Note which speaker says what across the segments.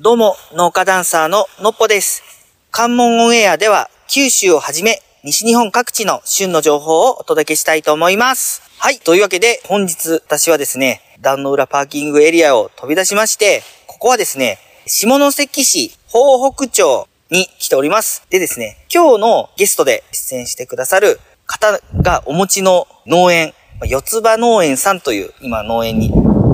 Speaker 1: どうも、農家ダンサーののっぽです。関門オンエアでは、九州をはじめ、西日本各地の旬の情報をお届けしたいと思います。はい、というわけで、本日、私はですね、壇の浦パーキングエリアを飛び出しまして、ここはですね、下関市豊北町に来ております。でですね、今日のゲストで出演してくださる方がお持ちの農園、まあ四つ葉農園さんという今農園に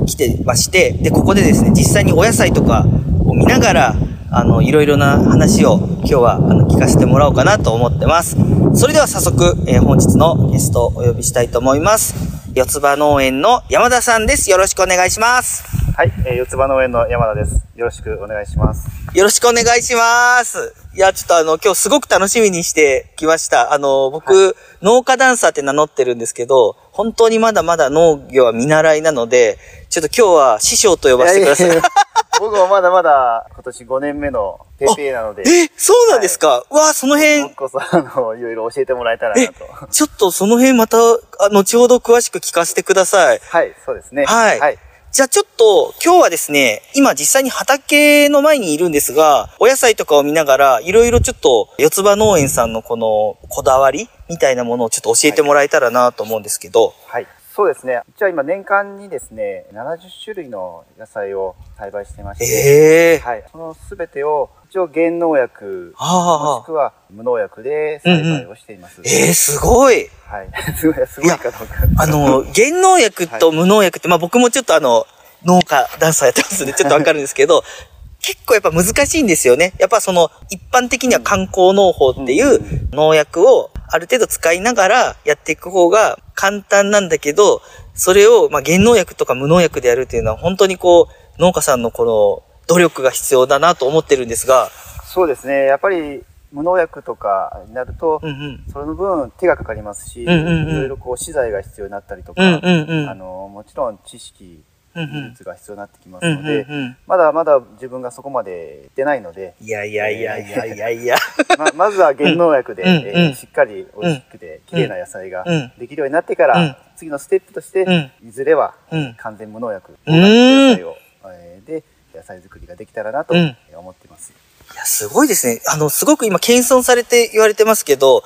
Speaker 1: 来てまして、で、ここでですね、実際にお野菜とかを見ながら、あの、いろいろな話を今日はあの聞かせてもらおうかなと思ってます。それでは早速、えー本日のゲストをお呼びしたいと思います。四つ葉農園の山田さんです。よろしくお願いします。
Speaker 2: はい、えー、四つ葉農園の山田です。よろしくお願いします。
Speaker 1: よろしくお願いします。いや、ちょっとあの、今日すごく楽しみにしてきました。あの、僕、農家ダンサーって名乗ってるんですけど、本当にまだまだ農業は見習いなので、ちょっと今日は師匠と呼ばせてください。
Speaker 2: いやいやいや 僕もまだまだ今年5年目のペーペーなので、
Speaker 1: え、そうなんですか、うわあ、その辺
Speaker 2: 僕、こそ、あの、いろいろ教えてもらえたらなと。
Speaker 1: ちょっとその辺また、あ後ほど詳しく聞かせてください。
Speaker 2: はい、そうですね。
Speaker 1: はい
Speaker 2: はい。
Speaker 1: じゃあちょっと今日はですね、今実際に畑の前にいるんですが、お野菜とかを見ながら、いろいろちょっと四つ葉農園さんのこのこだわりみたいなものをちょっと教えてもらえたらなと思うんですけど、
Speaker 2: はいそうですね。じゃあ今年間にですね、70種類の野菜を栽培してまして、
Speaker 1: ええー。
Speaker 2: はい。そのすべてを、一応減農薬、も
Speaker 1: はあ
Speaker 2: し、くは無農薬で栽培をしています。
Speaker 1: ええー、すごい。
Speaker 2: はい。 すごい、すごいかどうか。
Speaker 1: あの、減農薬と無農薬って、まあ僕もちょっとあの、農家、ダンサーやってますんで、ちょっとわかるんですけど、結構やっぱ難しいんですよね。やっぱその、一般的には観光農法っていう農薬をある程度使いながらやっていく方が簡単なんだけど、それを、まあ減農薬とか無農薬でやるっていうのは本当にこう、農家さんのこの、努力が必要だなと思ってるんですが、
Speaker 2: そうですね。やっぱり無農薬とかになると、
Speaker 1: うんうん。
Speaker 2: その分手がかかりますし、い
Speaker 1: うんうんうん
Speaker 2: ろいろこう資材が必要になったりとか、
Speaker 1: うんうんうん。
Speaker 2: あのもちろん知識、
Speaker 1: うんう
Speaker 2: 技
Speaker 1: ん
Speaker 2: 術が必要になってきま
Speaker 1: う
Speaker 2: す
Speaker 1: ん
Speaker 2: の
Speaker 1: うん
Speaker 2: で、
Speaker 1: うん。
Speaker 2: まだまだ自分がそこまで行ってない ので、
Speaker 1: いやいやいやいやいやいや。
Speaker 2: ままずは減農薬で、
Speaker 1: うん
Speaker 2: えー
Speaker 1: うん
Speaker 2: しっかり美味しくて綺麗な野菜が
Speaker 1: うん
Speaker 2: できるようになってから、
Speaker 1: うん
Speaker 2: 次のステップとして、いずれは
Speaker 1: うん
Speaker 2: 完全無農薬、
Speaker 1: うん
Speaker 2: 野菜を、えーで野菜作りができたらなと
Speaker 1: うん
Speaker 2: 思ってます。
Speaker 1: いや、すごいですね。あの、すごく今、謙遜されて言われてますけど、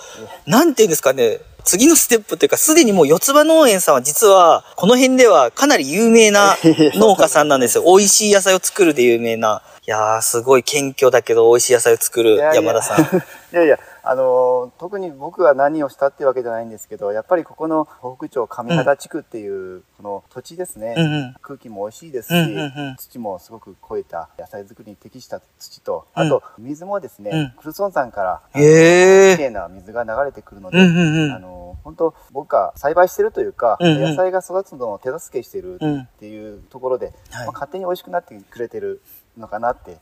Speaker 1: なんて言うんですかね、次のステップというか、すでにもう四つ葉農園さんは実は、この辺ではかなり有名 な農家さんなんですよ。美味しい野菜を作るで有名な。いやー、すごい謙虚だけど、美味しい野菜を作る
Speaker 2: いやいや
Speaker 1: 山田さん。
Speaker 2: いやいや、あのー特に僕が何をしたってわけじゃないんですけど、やっぱりここの北町上畑地区っていう、この土地ですね、
Speaker 1: うんうん
Speaker 2: 空気も美味しいですし、
Speaker 1: うんうんうん
Speaker 2: 土もすごく肥えた野菜作りに適した土と、
Speaker 1: うん
Speaker 2: あと水もですね、
Speaker 1: うん
Speaker 2: クルソン山から、
Speaker 1: へ
Speaker 2: 綺
Speaker 1: ー。
Speaker 2: 麗な水が流れてくるので、
Speaker 1: うんうんう
Speaker 2: あ
Speaker 1: ん。
Speaker 2: のー本当僕が栽培してるというか、
Speaker 1: うんうん
Speaker 2: 野菜が育つのを手助けしてる
Speaker 1: う
Speaker 2: っ
Speaker 1: ん。
Speaker 2: ていうところで、
Speaker 1: はい
Speaker 2: まあ、勝手に美味しくなってくれてるのかな って、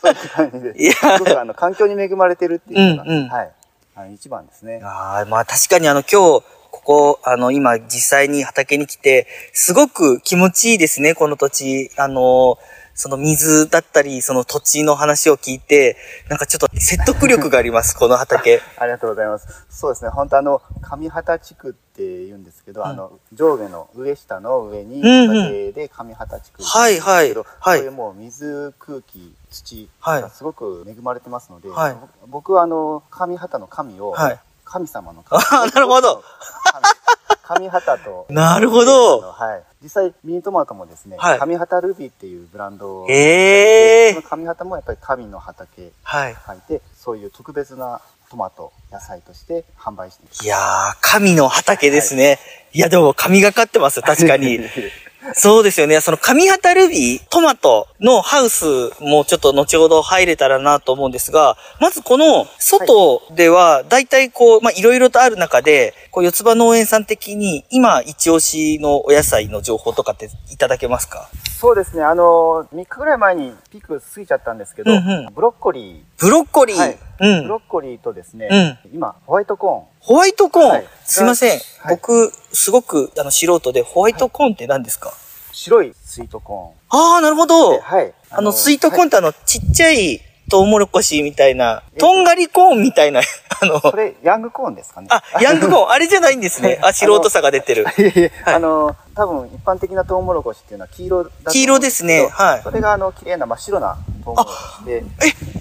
Speaker 2: そういう感じで。
Speaker 1: いや
Speaker 2: すごくあの環境に恵まれてるっていうのが、
Speaker 1: うんうん
Speaker 2: はい、あの一番ですね。
Speaker 1: ああ、まあ確かにあの今日、ここ、あの今実際に畑に来て、すごく気持ちいいですね、この土地。あの、その水だったり、その土地の話を聞いて、なんかちょっと説得力があります、この畑。
Speaker 2: ありがとうございます。そうですね、本当あの上畑地区って言うんですけど、
Speaker 1: うん
Speaker 2: あの上下の上下の上に
Speaker 1: うんうん
Speaker 2: 畑で上畑地区って
Speaker 1: はいは
Speaker 2: 言
Speaker 1: い
Speaker 2: うんですけど、
Speaker 1: はい
Speaker 2: これもう水空気土
Speaker 1: はい
Speaker 2: がすごく恵まれてますので、
Speaker 1: はい
Speaker 2: 僕はあの上畑の神を、
Speaker 1: はい。
Speaker 2: 神様の神
Speaker 1: ああ、なるほど。
Speaker 2: 神上畑と
Speaker 1: なるほど。
Speaker 2: はい。実際、ミニトマトもですね、
Speaker 1: はい
Speaker 2: 神畑ルビーっていうブランドを
Speaker 1: ええ
Speaker 2: その神畑もやっぱり神の畑
Speaker 1: はい。
Speaker 2: 書いて、そういう特別なトマト、野菜として販売しています。
Speaker 1: いやー、神の畑ですね。いや、でも神がかってます、確かに。そうですよね。その、神畑ルビー、トマトのハウスもちょっと後ほど入れたらなと思うんですが、まずこの、外では、だいたいこう、まあ、いろいろとある中で、こう、四つ葉農園さん的に、今、一押しのお野菜の情報とかっていただけますか
Speaker 2: そうですね、あの、3日ぐらい前にピーク過ぎちゃったんですけど、
Speaker 1: うんう
Speaker 2: ブロッコリ
Speaker 1: ブロッコリー、
Speaker 2: はいー、ブ
Speaker 1: う
Speaker 2: ロ
Speaker 1: ん。
Speaker 2: ッコリーとですね、今、ホワイトコーン。
Speaker 1: ホワイトコーン、
Speaker 2: はい
Speaker 1: すいません。
Speaker 2: はい
Speaker 1: 僕、すごく、あの、素人で、ホワイトコーンって何ですか、
Speaker 2: 白いスイートコ
Speaker 1: ああ、なるほ
Speaker 2: ーン
Speaker 1: ど。
Speaker 2: で。はい。
Speaker 1: あの、スイートコーン
Speaker 2: ン。
Speaker 1: ってあの、ちっちゃいトウモロコシみたいな、
Speaker 2: え
Speaker 1: とんがりコーンみたいな、 あの、
Speaker 2: それ、ヤングコーンですかね。
Speaker 1: あ、ヤングコーン、あれじゃないんですね。
Speaker 2: は
Speaker 1: あ、
Speaker 2: い
Speaker 1: 素人さが出てる。
Speaker 2: いえいえ
Speaker 1: はい
Speaker 2: あの、多分一般的なトウモロコシっていうのは黄色だと思うん
Speaker 1: 黄色ですね
Speaker 2: けど
Speaker 1: はい
Speaker 2: それがあの、綺麗な真っ白なトトウモロコシで、
Speaker 1: え、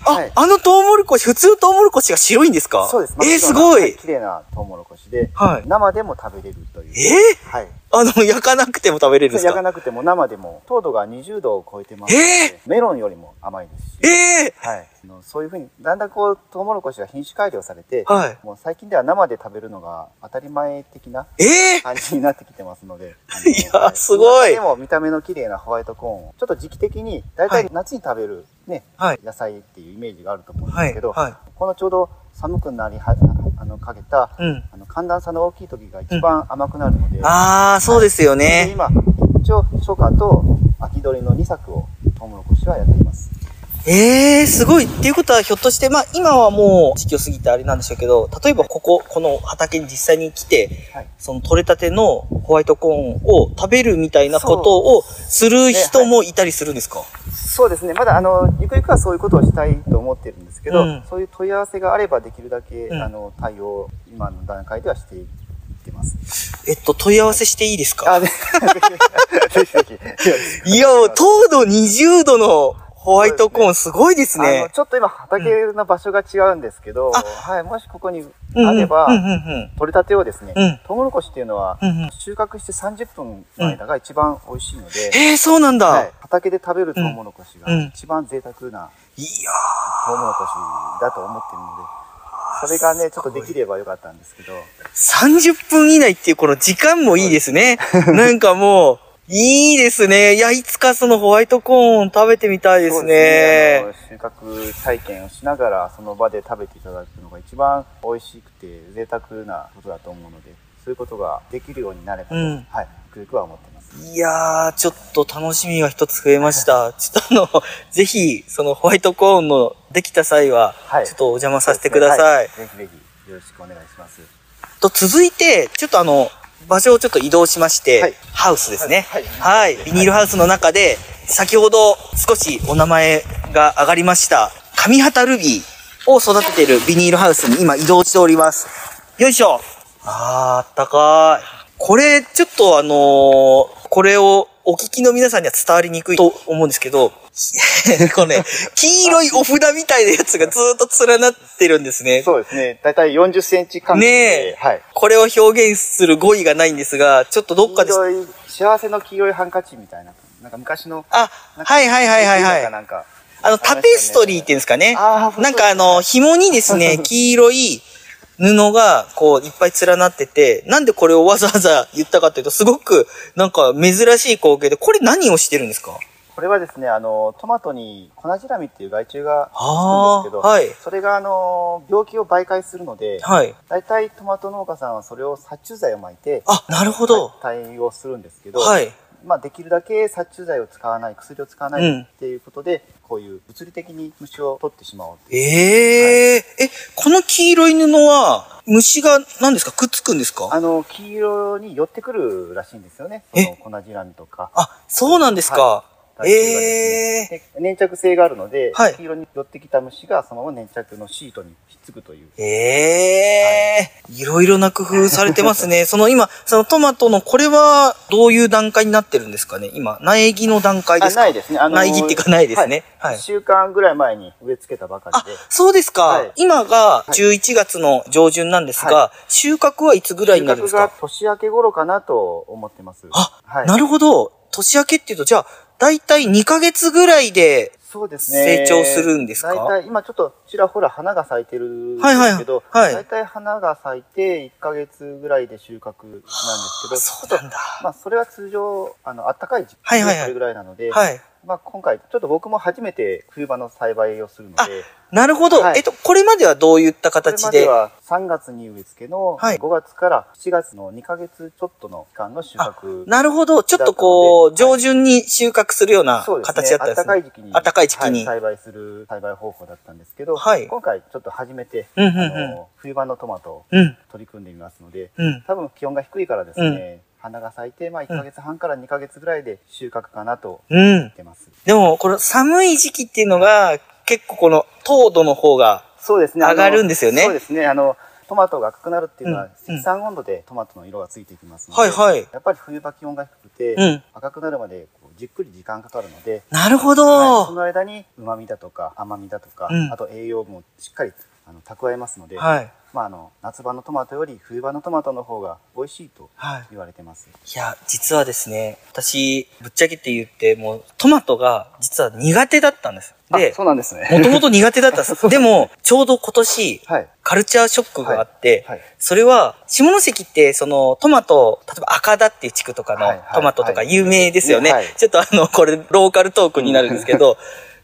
Speaker 1: あ、
Speaker 2: はい
Speaker 1: あのトウモロコシ、普通トウモロコシが白いんですか
Speaker 2: そうです。
Speaker 1: えー、
Speaker 2: 真
Speaker 1: す
Speaker 2: っ黒な
Speaker 1: ご。
Speaker 2: はい綺麗なトウモロコシで、
Speaker 1: はい
Speaker 2: 生でも食べれるという。
Speaker 1: えー
Speaker 2: はい。
Speaker 1: あの、焼かなくても食べれるんで
Speaker 2: 焼
Speaker 1: す
Speaker 2: か
Speaker 1: か
Speaker 2: なくても生でも糖度が20度を超えてますので、
Speaker 1: え
Speaker 2: メロンよりも甘いですし、
Speaker 1: ええ
Speaker 2: はい、あのそういうふうにだんだんこうトウモロコシが品種改良されて、
Speaker 1: はい
Speaker 2: もう最近では生で食べるのが当たり前的な
Speaker 1: ええ
Speaker 2: 感じになってきてますので
Speaker 1: いや
Speaker 2: はい
Speaker 1: すごい
Speaker 2: でも見た目の綺麗なホワイトコーンをちょっと時期的に大
Speaker 1: は
Speaker 2: 体
Speaker 1: い
Speaker 2: 夏に食べる、ね
Speaker 1: はい
Speaker 2: 野菜っていうイメージがあると思うんで
Speaker 1: は
Speaker 2: す
Speaker 1: い
Speaker 2: けど、
Speaker 1: は
Speaker 2: このちょうど寒くなりはあのかけた、
Speaker 1: い。うん。
Speaker 2: あの寒暖差の大きい時が一番甘くなるので、
Speaker 1: ああ、そうですよね。
Speaker 2: 今一応初夏と秋取りの2作をトウモロコシはやっています
Speaker 1: ええすごい。っていうことは、ひょっとして、まあ、今はもう時期を過ぎてあれなんでしょうけど、例えばここ、この畑に実際に来て、
Speaker 2: はい
Speaker 1: その取れたてのホワイトコーンを食べるみたいなことをする人もいたりするんですか、
Speaker 2: そうですねまだあのゆくゆくはそういうことをしたいと思ってるんですけど、
Speaker 1: うん
Speaker 2: そういう問い合わせがあればできるだけ、
Speaker 1: うん
Speaker 2: あの対応を今の段階ではしていってます
Speaker 1: えっと、問い合わせしていいですか
Speaker 2: あでぜひぜひ
Speaker 1: いや、もう糖度20度のホワイトコーンすごいです
Speaker 2: あの
Speaker 1: ね。
Speaker 2: ちょっと今畑の場所が違うんですけど、
Speaker 1: あ
Speaker 2: はい、もしここに
Speaker 1: うんうん
Speaker 2: あれば、
Speaker 1: うんうんうん。
Speaker 2: 取れたてをですね、
Speaker 1: うん
Speaker 2: トウモロコシっていうのは、
Speaker 1: うんうん
Speaker 2: 収穫して30分の間が一番美味しいので、
Speaker 1: ええそうなんだ。
Speaker 2: はい、畑で食べるトウモロコシが
Speaker 1: うん、
Speaker 2: 一番贅沢ない
Speaker 1: や
Speaker 2: トウモロコシだと思ってるので、それがね、ちょっとできればよかったんですけど、
Speaker 1: 30分以内っていうこの時間もいいですね。なんかもう、いいですね。いや、いつかそのホワイトコーン食べてみたいですね
Speaker 2: そう。ですねあの収穫体験をしながら、その場で食べていただくのが一番美味しくて贅沢なことだと思うので、そういうことができるようになればと、
Speaker 1: うん
Speaker 2: はい、ゆくゆくは思ってます。
Speaker 1: いやー、ちょっと楽しみが一つ増えました。ちょっとあの、 ぜひ、そのホワイトコーンのできた際は、
Speaker 2: はい
Speaker 1: ちょっとお邪魔させてください。
Speaker 2: そうですねはいぜひぜひよろしくお願いします。
Speaker 1: と、続いて、ちょっとあの、場所をちょっと移動しまして、
Speaker 2: はい
Speaker 1: ハウスですね。
Speaker 2: はい
Speaker 1: はい。ビニールハウスの中で、先ほど少しお名前が上がりました、上畑ルビーを育てているビニールハウスに今移動しております。よいしょ。あー、あったかい。これ、ちょっとあのーこれをお聞きの皆さんには伝わりにくいと思うんですけど、 このね、黄色いお札みたいなやつがずーっと連なってるんですね。
Speaker 2: そうですね。だいたい40センチ間隔で、
Speaker 1: ねえ
Speaker 2: はい。
Speaker 1: これを表現する語彙がないんですが、ちょっとどっかで
Speaker 2: 黄、色い幸せの黄色いハンカチみたいな、なんか昔の、
Speaker 1: あ、
Speaker 2: なんか
Speaker 1: はいはいはいはい
Speaker 2: な
Speaker 1: は
Speaker 2: ん
Speaker 1: い。
Speaker 2: かなんか、
Speaker 1: あの、タペストリーっていうんですかね。
Speaker 2: あー
Speaker 1: なんかあの、紐にです ね、黄色い布がこういっぱい連なってて、なんでこれをわざわざ言ったかというと、すごくなんか珍しい光景で、これ何をしてるんですか
Speaker 2: これはですね、あの、トマトに粉じらみっていう害虫が
Speaker 1: あ
Speaker 2: つ
Speaker 1: ー
Speaker 2: くんですけど、
Speaker 1: はい
Speaker 2: それがあの、病気を媒介するので、
Speaker 1: はい。
Speaker 2: だいたいトマト農家さんはそれを殺虫剤を撒いて、
Speaker 1: あ、なるほど。
Speaker 2: 対応するんですけど、
Speaker 1: はい。
Speaker 2: まあ、できるだけ殺虫剤を使わない、薬を使わな
Speaker 1: うん
Speaker 2: いっていうことで、こういう物理的に虫を取ってしまおうっていう
Speaker 1: ええー、え、この黄色い布は、虫が何ですかくっつくんですか
Speaker 2: あの、黄色に寄ってくるらしいんですよね。そ
Speaker 1: え
Speaker 2: の粉じらみとか。
Speaker 1: あ、そうなんですか。
Speaker 2: はい
Speaker 1: ええー。
Speaker 2: で粘着性があるので、
Speaker 1: はい
Speaker 2: 黄色に寄ってきた虫がそのまま粘着のシートにひっつくという。
Speaker 1: ええい、ろいろな工夫されてます ね。その今、そのトマトの、これはどういう段階になってるんですかね今、苗木の段階ですか
Speaker 2: ないですね。あ
Speaker 1: 苗木っていうかないですね
Speaker 2: は。
Speaker 1: はいい
Speaker 2: 1週間ぐらい前に植え付けたばか
Speaker 1: あ
Speaker 2: りで。、
Speaker 1: そうですか。
Speaker 2: はい
Speaker 1: 今が
Speaker 2: い
Speaker 1: 11月の上旬なんですが、
Speaker 2: は
Speaker 1: 収穫はいつぐらい
Speaker 2: 収
Speaker 1: になるんで
Speaker 2: 穫
Speaker 1: す
Speaker 2: が
Speaker 1: か
Speaker 2: 年明け頃かなと思ってます。
Speaker 1: あ、
Speaker 2: はい。
Speaker 1: なるほど。年明けっていうと、じゃあ、だいたい2ヶ月ぐらいで、
Speaker 2: そうですね。
Speaker 1: 成長するんですか
Speaker 2: 大体、今ちょっとちらほら花が咲いてるんで
Speaker 1: はいはい
Speaker 2: すけど、
Speaker 1: はい
Speaker 2: 大体花が咲いて1ヶ月ぐらいで収穫なんですけど、
Speaker 1: そうなんだ。
Speaker 2: まあ、それは通常、あの、暖かい時期で
Speaker 1: はいはいはい
Speaker 2: それぐらいなので、
Speaker 1: はい。
Speaker 2: まあ、今回、ちょっと僕も初めて冬場の栽培をするの
Speaker 1: あ
Speaker 2: で、
Speaker 1: なるほど。
Speaker 2: はい
Speaker 1: えっと、これまではどういった
Speaker 2: これ
Speaker 1: 形
Speaker 2: ま
Speaker 1: で
Speaker 2: では3月に植え付けの
Speaker 1: はい
Speaker 2: 5月から7月の2ヶ月ちょっとの期間の収穫。
Speaker 1: なるほど。ちょっとこう、
Speaker 2: だったのでは
Speaker 1: 上
Speaker 2: い
Speaker 1: 旬に収穫するような
Speaker 2: そうですね。
Speaker 1: 形だったんです
Speaker 2: 暖か
Speaker 1: ね。
Speaker 2: い時期に。
Speaker 1: 暖かい時期に
Speaker 2: は栽培する栽培方法だったんですけど、
Speaker 1: はい
Speaker 2: 今回ちょっと初めて、
Speaker 1: うんうんうん
Speaker 2: あの冬場のトマトを
Speaker 1: うん、
Speaker 2: 取り組んでみますので、
Speaker 1: うん。
Speaker 2: 多分気温が低いからですね、花が咲いて、まあ、1ヶ月半から2ヶ月ぐらいで収穫かなと
Speaker 1: うん
Speaker 2: 言っ。てます。
Speaker 1: でも、この寒い時期っていうのが、結構この糖度の方が、
Speaker 2: そうですね。あの
Speaker 1: 上がるんですよね
Speaker 2: そうですね。あの、トマトが赤くなるっていうの
Speaker 1: うん
Speaker 2: は、積算温度でトマトの色がついていきますので、
Speaker 1: はいはい。
Speaker 2: やっぱり冬場気温が低くて、
Speaker 1: うん
Speaker 2: 赤くなるまでこうじっくり時間かかるので、
Speaker 1: なるほ
Speaker 2: はいそ
Speaker 1: ど。
Speaker 2: の間に旨味だとか甘みだとか、
Speaker 1: うん
Speaker 2: あと栄養もしっかりあの蓄えますので、
Speaker 1: はい。
Speaker 2: まあ、あの夏場のトマトより冬場のトマトの方が美味しいと
Speaker 1: はい。
Speaker 2: 言われてます。
Speaker 1: いや、実はですね、私、ぶっちゃけて言って、もう、トマトが、実は苦手だったんです。
Speaker 2: あ
Speaker 1: で
Speaker 2: そ、うなんですね。
Speaker 1: もともと苦手だ ったんです。でも、ちょうど今年、
Speaker 2: はい。
Speaker 1: カルチャーショックがあって、
Speaker 2: はい。
Speaker 1: それは、下関って、その、トマト、例えば赤だっていう地区とか
Speaker 2: はいはい
Speaker 1: の
Speaker 2: はい
Speaker 1: トマトとか有名ですよね
Speaker 2: はい。
Speaker 1: ちょっとあの、これ、ローカルトークになるんですけど、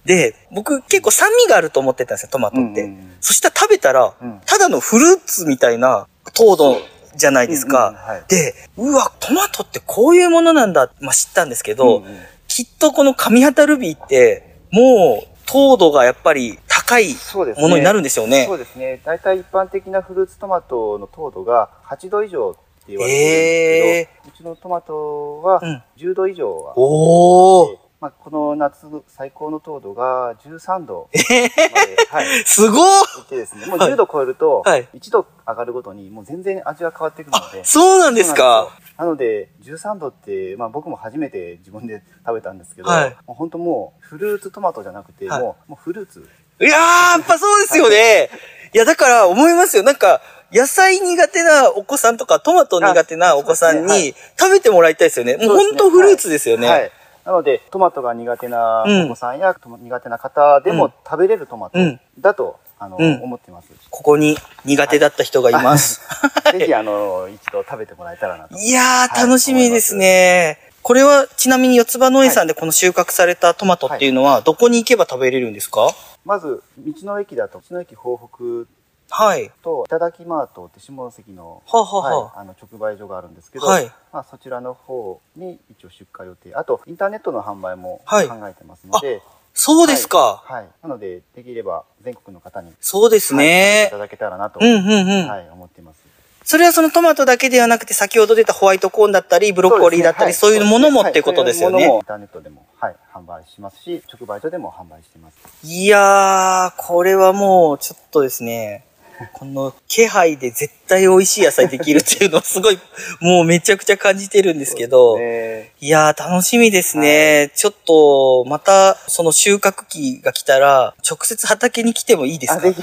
Speaker 1: で、僕結構酸味があると思ってたんですよ、トマトっ
Speaker 2: うん
Speaker 1: て
Speaker 2: うんうん。
Speaker 1: そしたら食べたら
Speaker 2: うん、
Speaker 1: ただのフルーツみたいな糖度じゃないです
Speaker 2: うんうん
Speaker 1: か。
Speaker 2: はい
Speaker 1: で、うわ、トマトってこういうものなんだ、まあ、知ったんですけど、
Speaker 2: うんうん
Speaker 1: きっとこの神畑ルビーって、もう、糖度がやっぱり高い
Speaker 2: そうですね。
Speaker 1: ものになるんですよね
Speaker 2: そ。うですね。大体一般的なフルーツトマトの糖度が8度以上って言われてるんですけど、うちのトマトは
Speaker 1: うん
Speaker 2: 10度以上は、
Speaker 1: おー、
Speaker 2: まあ、この夏最高の糖度が13度まで、はい、い
Speaker 1: すごー
Speaker 2: ってですね、もう10度超えると、
Speaker 1: はい
Speaker 2: 1度上がるごとにもう全然味が変わってくるので、
Speaker 1: そうなんです
Speaker 2: そう
Speaker 1: か。
Speaker 2: なんですよなので、13度って、まあ僕も初めて自分で食べたんですけど、
Speaker 1: はい
Speaker 2: もう本当もうフルーツトマトじゃなくて、
Speaker 1: はい
Speaker 2: もうもうフルーツ。
Speaker 1: いやー、やっぱそうですよね。いや、だから思いますよ。なんか、野菜苦手なお子さんとか、トマト苦手なお子さん
Speaker 2: あそう
Speaker 1: に食べてもらいたいですよね。もう
Speaker 2: そうですね
Speaker 1: 本当フルーツですよ
Speaker 2: は
Speaker 1: ね。
Speaker 2: い。なので、トマトが苦手な
Speaker 1: うん
Speaker 2: お子さんや、とも苦手な方で
Speaker 1: うん
Speaker 2: も食べれるトマト
Speaker 1: うん
Speaker 2: だと、あの、
Speaker 1: うん
Speaker 2: 思ってます。
Speaker 1: ここに苦手だった人がいます。
Speaker 2: ぜひ、あの、一度食べてもらえたらなと。
Speaker 1: いやー、
Speaker 2: はい
Speaker 1: 楽しみですね。これは、ちなみに四つ葉農園さんでこの収穫されたトマトっていうのは、どこに行けば食べれるんですか
Speaker 2: まず、道の駅だと、道の駅豊北
Speaker 1: はい。
Speaker 2: と、いただきマートって下関の、
Speaker 1: はあ、はあ
Speaker 2: はい
Speaker 1: は、あ
Speaker 2: あの直売所があるんですけど、
Speaker 1: はい
Speaker 2: まあ、そちらの方に一応出荷予定あとインターネットの販売も考
Speaker 1: はい
Speaker 2: えてますので、
Speaker 1: そうですか。
Speaker 2: はいなのでできれば全国の方に、
Speaker 1: そうです
Speaker 2: はい、い
Speaker 1: ね
Speaker 2: た。だけたらなと、
Speaker 1: うん、うん、うん。
Speaker 2: はい、思ってます
Speaker 1: それはそのトマトだけではなくて、先ほど出たホワイトコーンだったり、ブロッコリーだったり、そう,、いうものもっていうことですよ
Speaker 2: はい
Speaker 1: ね。
Speaker 2: そういうものもインターネットでも、はい、販売しますし直売所でも販売してます
Speaker 1: いやー、これはもう、ちょっとですね、この気配で絶対美味しい野菜できるっていうのはすごい、 もうめちゃくちゃ感じてるんですけど、
Speaker 2: ね
Speaker 1: いやー、楽しみですね。ちょっと、また、その収穫期が来たら、直接畑に来てもいいです
Speaker 2: あ
Speaker 1: か
Speaker 2: ぜひ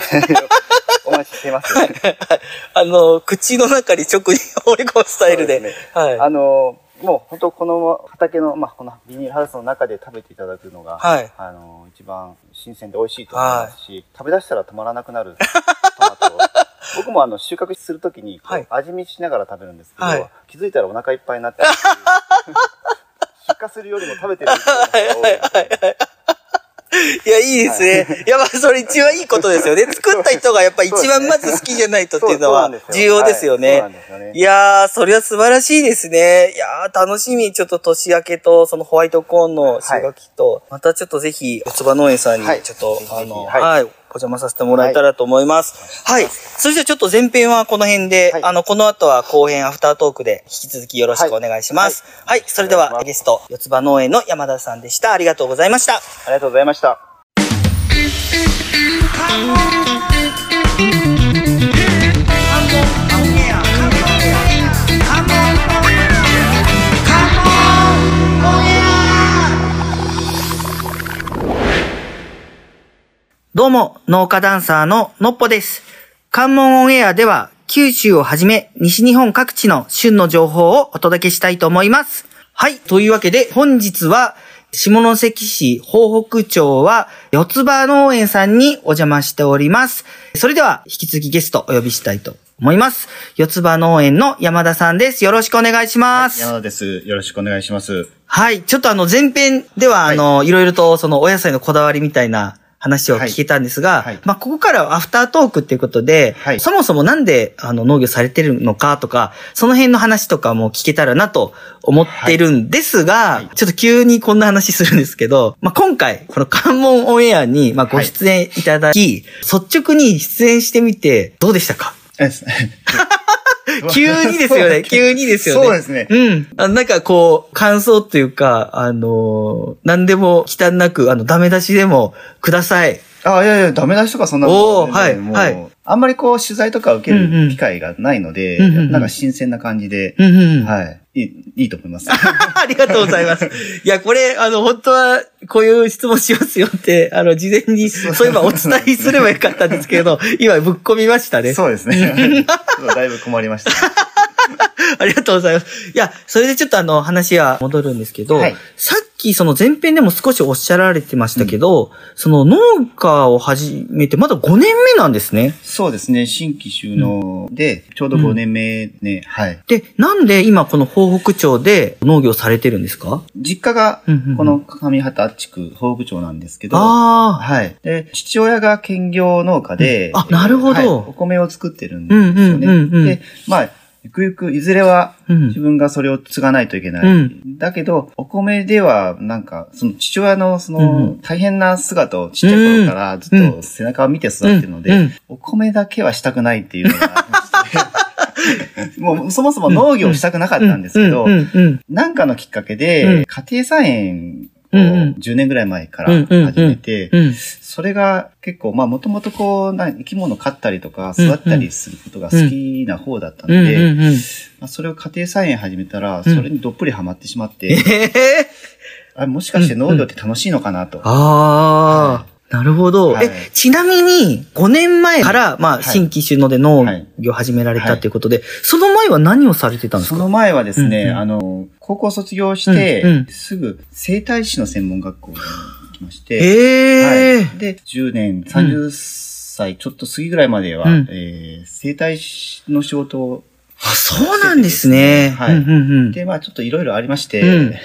Speaker 2: お待ちしてます
Speaker 1: あの、口の中に直に 放り込むスタイルで。
Speaker 2: そうですね
Speaker 1: は
Speaker 2: あ
Speaker 1: い。
Speaker 2: のもう本当この畑の、まあ、このビニールハウスの中で食べていただくのが、
Speaker 1: はい。
Speaker 2: あの一番新鮮で美味しいと思いますし、食べ出したら止まらなく なるトマトを僕もあの収穫するときにこう、
Speaker 1: はい
Speaker 2: 味見しながら食べるんですけど、
Speaker 1: はい
Speaker 2: 気づいたらお腹いっぱいに なってるっていう出荷するよりも食べてる人の方が多いので
Speaker 1: いや、いいですね。い、や、まあ、それ一番いいことですよ ね。作った人がやっぱ一番まず好きじゃないとっていうのは
Speaker 2: そうそうなんです
Speaker 1: 重
Speaker 2: よ
Speaker 1: 要ですよね。
Speaker 2: はいそうなんですよね
Speaker 1: いやー、それは素晴らしいですね。いやー、楽しみ。ちょっと年明けと、そのホワイトコーンの収穫期と、またちょっとぜひ、四つ葉農園さんに
Speaker 2: はい、
Speaker 1: ちょっと、
Speaker 2: ぜひぜひ
Speaker 1: あの、は、
Speaker 2: はいい
Speaker 1: お邪魔させてもらえたらと思います。はい。それじゃあちょっと前編はこの辺で、
Speaker 2: はい
Speaker 1: あの、この後は後編アフタートークで引き続きよろしくお願いします。はい。それで
Speaker 2: お願いしま
Speaker 1: は、
Speaker 2: す
Speaker 1: ゲスト、四つ葉農園の山田さんでした。ありがとうございました。
Speaker 2: ありがとうございました
Speaker 1: どうも、農家ダンサーののっぽです。関門オンエアでは、九州をはじめ、西日本各地の旬の情報をお届けしたいと思います。はい、というわけで、本日は、下関市豊北町は、四つ葉農園さんにお邪魔しております。それでは、引き続きゲストお呼びしたいと思います。四つ葉農園の山田さんです。よろしくお願いします。
Speaker 3: 山田です。よろしくお願いします。
Speaker 1: はい。ちょっとあの前編では、
Speaker 3: はい
Speaker 1: あの、いろいろとそのお野菜のこだわりみたいな話を聞けたんですが、
Speaker 3: はいはい
Speaker 1: まあ、ここからはアフタートークっていうことで、
Speaker 3: はい
Speaker 1: そもそもなんであの農業されてるのかとか、その辺の話とかも聞けたらなと思ってるんですが、
Speaker 3: いはい
Speaker 1: ちょっと急にこんな話するんですけど、まあ、今回、この関門オンエアに、まあ、ご出演いただき、率直に出演してみて、どうでしたか
Speaker 3: え
Speaker 1: 急にですよね。急にですよね。
Speaker 3: そうですね。
Speaker 1: うん。あなんかこう、感想というか、あのー何でも忌憚なく、あの、ダメ出しでもください。
Speaker 3: あ、いやいや、ダメ出しとかそんなこと
Speaker 1: おーはい
Speaker 3: もう
Speaker 1: はい
Speaker 2: あんまりこう取材とか受け
Speaker 1: うんうん
Speaker 2: る機会がないので、
Speaker 1: うんうんうん
Speaker 2: なんか新鮮な感じで、
Speaker 1: うんうん。
Speaker 2: はい。いい、いいと思います。
Speaker 1: ありがとうござい ます。いや、これ、あの、本当は、こういう質問しますよって、あの、事前に、そういえばお伝えすればよかったんですけど、今、ぶっ込みましたね。
Speaker 2: そうですね。だいぶ困りました。
Speaker 1: ありがとうございます。いや、それでちょっとあの、話は戻るんですけど、
Speaker 2: はい
Speaker 1: さっき、その前編でも少しおっしゃられてましたけど、その農家を始めて、まだ5年目なんですね。
Speaker 2: そうですね。新規収納で、ちょうど5年目ね、はい。
Speaker 1: で、なんで今この東北町で農業されてるんですか
Speaker 2: 実家が
Speaker 1: うんうんうん、
Speaker 2: この上畑地区、東北町なんですけど、
Speaker 1: ああ、
Speaker 2: はい。で、父親が兼業農家で、
Speaker 1: あなるほど
Speaker 2: はいお米を作ってるんですよね。
Speaker 1: うんうんうんうん
Speaker 2: で、まあ、ゆくゆく、いずれは、
Speaker 1: うん
Speaker 2: 自分がそれを継がないといけない。
Speaker 1: うん
Speaker 2: だけど、お米では、なんか、その父親の、そ
Speaker 1: うんう
Speaker 2: の、大変な姿をちっちゃい頃からずっと背中を見て育ってるので、
Speaker 1: うんうん
Speaker 2: お米だけはしたくないっていうのがありまし て、もう、そもそも農業したくなかったんですけど、
Speaker 1: うんうんうん
Speaker 2: なんかのきっかけ
Speaker 1: うん
Speaker 2: で、家庭菜園を
Speaker 1: うんうん
Speaker 2: 10年ぐらい前から始めて
Speaker 1: う、ん。
Speaker 2: それが結構、まあもともとこう、な生き物飼ったりとか育ったりすることが好きな方だった
Speaker 1: うん
Speaker 2: の
Speaker 1: うん
Speaker 2: で、
Speaker 1: うん。
Speaker 2: まあそれを家庭菜園始めたら、
Speaker 1: うん
Speaker 2: それにどっぷりハマってしまっ
Speaker 1: え
Speaker 2: て、
Speaker 1: え
Speaker 2: あもしかして農業って楽しいのかなと。
Speaker 1: ああ、なるほど。
Speaker 2: はい
Speaker 1: え、ちなみに、5年前から、まあ、
Speaker 2: い
Speaker 1: 新規収納で農
Speaker 2: はい
Speaker 1: 業を始められたということで、その前は何をされてたんです
Speaker 2: そ
Speaker 1: か
Speaker 2: の前はですね、
Speaker 1: うんうん
Speaker 2: あの、高校卒業し
Speaker 1: うんうん
Speaker 2: て、すぐ生態師の専門学校に行きまして、
Speaker 1: ええ
Speaker 2: はい、で、10年、30歳ちょっと過ぎぐらいまでは、
Speaker 1: うん
Speaker 2: えー生態師の仕事を
Speaker 1: あ、そうなんですね。
Speaker 2: はい
Speaker 1: うんうんうん
Speaker 2: で、まあちょっといろいろありまして、
Speaker 1: うん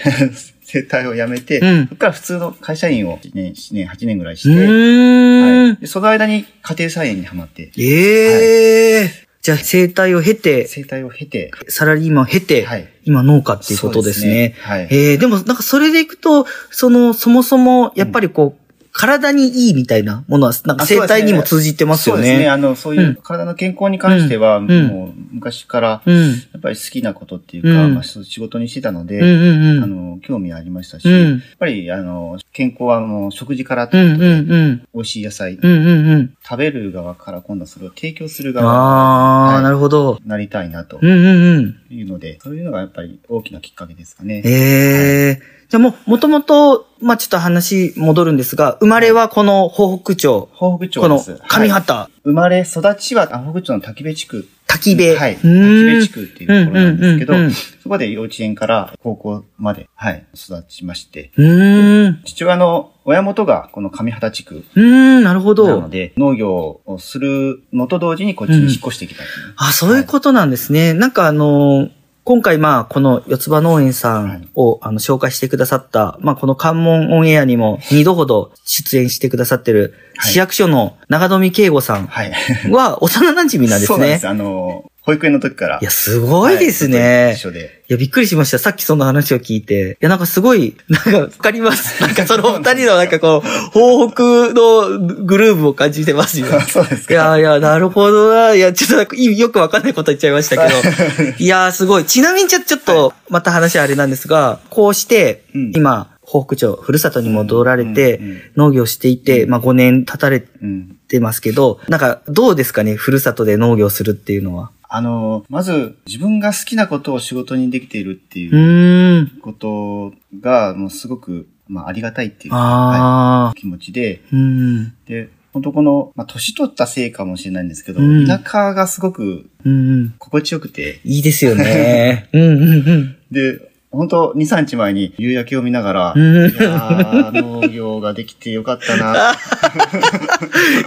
Speaker 2: 生態を辞めて、
Speaker 1: うん
Speaker 2: そっから普通の会社員を1年、7年、8年ぐらいし
Speaker 1: う
Speaker 2: て、
Speaker 1: ー
Speaker 2: は
Speaker 1: ん
Speaker 2: い、でその間に家庭菜園にハマって、
Speaker 1: ええじゃあ、生態を経て、
Speaker 2: 生態を経て、
Speaker 1: サラリーマンを経て、
Speaker 2: はい。
Speaker 1: 今農家っていうことですね。
Speaker 2: そうですねはい。
Speaker 1: ええでもなんかそれでいくと、その、そもそも、やっぱりこう、体にいいみたいなものは、なんか
Speaker 2: あそうです
Speaker 1: 生
Speaker 2: ね
Speaker 1: 態にも通じてますよ
Speaker 2: そうですね。
Speaker 1: ね。
Speaker 2: あの、そう
Speaker 1: う
Speaker 2: い
Speaker 1: ん
Speaker 2: う体の健康に関しては、
Speaker 1: んうん
Speaker 2: もう昔から、
Speaker 1: う
Speaker 2: や
Speaker 1: ん。
Speaker 2: っぱり好きなことっていうか、
Speaker 1: うん
Speaker 2: まあそう仕事にしてたので、
Speaker 1: うんうんうん。
Speaker 2: あの、興味ありましたし、
Speaker 1: うん
Speaker 2: やっぱり、あの、健康は、あの、食事から
Speaker 1: う
Speaker 2: と、
Speaker 1: んうんうん。
Speaker 2: 美味しい野菜、
Speaker 1: うんうんうん。
Speaker 2: 食べる側から今度はそれを提供する側
Speaker 1: ああ、
Speaker 2: はい
Speaker 1: なるほど。
Speaker 2: になりたいなと
Speaker 1: うんうんうん。
Speaker 2: いうので、そういうのがやっぱり大きなきっかけですかね。
Speaker 1: ええじゃあもう、もともと、まあちょっと話戻るんですが、生まれはこの東北町、
Speaker 2: 豊北
Speaker 1: こ
Speaker 2: 町で
Speaker 1: の
Speaker 2: す。
Speaker 1: 上
Speaker 2: はい
Speaker 1: 畑、
Speaker 2: 生まれ育ちは、北北町の滝部地区。
Speaker 1: 滝部。
Speaker 2: はい。
Speaker 1: う
Speaker 2: 滝
Speaker 1: ーん
Speaker 2: 部地区っていうところなんですけど
Speaker 1: うんうんうんうん、
Speaker 2: そこで幼稚園から高校まで、はい、育ちまして、
Speaker 1: うーん。
Speaker 2: 父親の親元がこの上畑地区
Speaker 1: うーん、なるほ
Speaker 2: なの
Speaker 1: ど。
Speaker 2: で、農業をするのと同時にこっちに引っ越してきたんですね。
Speaker 1: あ、そういうことなんですね。なんかあのー今回まあこの四つ葉農園さんをあの紹介してくださった、まあこの関門オンエアにも2度ほど出演してくださってる
Speaker 2: はい
Speaker 1: 市役所の長富慶吾さん
Speaker 2: はい。
Speaker 1: は幼馴染なんで
Speaker 2: そ
Speaker 1: す
Speaker 2: うなん
Speaker 1: ね
Speaker 2: で。す。あの、保育園の時から。
Speaker 1: いや、すごいです
Speaker 2: はい
Speaker 1: ね
Speaker 2: ず。っと一緒で。
Speaker 1: いや、びっくりしました。さっきその話を聞いて。いや、なんかすごい、なんか、わかり ます。なんかそのお二人のなんかこう、東北のグルーブを感じてます よ。
Speaker 2: そうです
Speaker 1: いや
Speaker 2: か。
Speaker 1: いや、なるほどな。いや、ちょっとなんかいよくわかんないこと言っちゃいましたけど。いやー、すごい。ちなみにちょ、ちょっと、また話はあれなんですが、こうして、
Speaker 2: うん
Speaker 1: 今、北北町、ふるさとに 戻られて
Speaker 2: うんうんうん、
Speaker 1: 農業していて、まあ5年経たれ
Speaker 2: うん。
Speaker 1: てますけど、なんか、どうですかね、ふるさとで農業するっていうのは。
Speaker 2: あの、まず自分が好きなことを仕事にできているって
Speaker 1: う
Speaker 2: いう
Speaker 1: ーん。
Speaker 2: ことが、もうすごく、まあ、ありがたいっていうか
Speaker 1: あ
Speaker 2: はい気持ちで、
Speaker 1: ー。うん。
Speaker 2: で、本当この、まあ、年取ったせいかもしれないんですけど、
Speaker 1: うん
Speaker 2: 田舎がすごく
Speaker 1: うんうん。
Speaker 2: 心地よくて、
Speaker 1: いいですよ ね。うんうん
Speaker 2: で、本当2、3日前に夕焼けを見ながら、
Speaker 1: う
Speaker 2: い
Speaker 1: ん。うん
Speaker 2: やー農業ができてよかっ たな。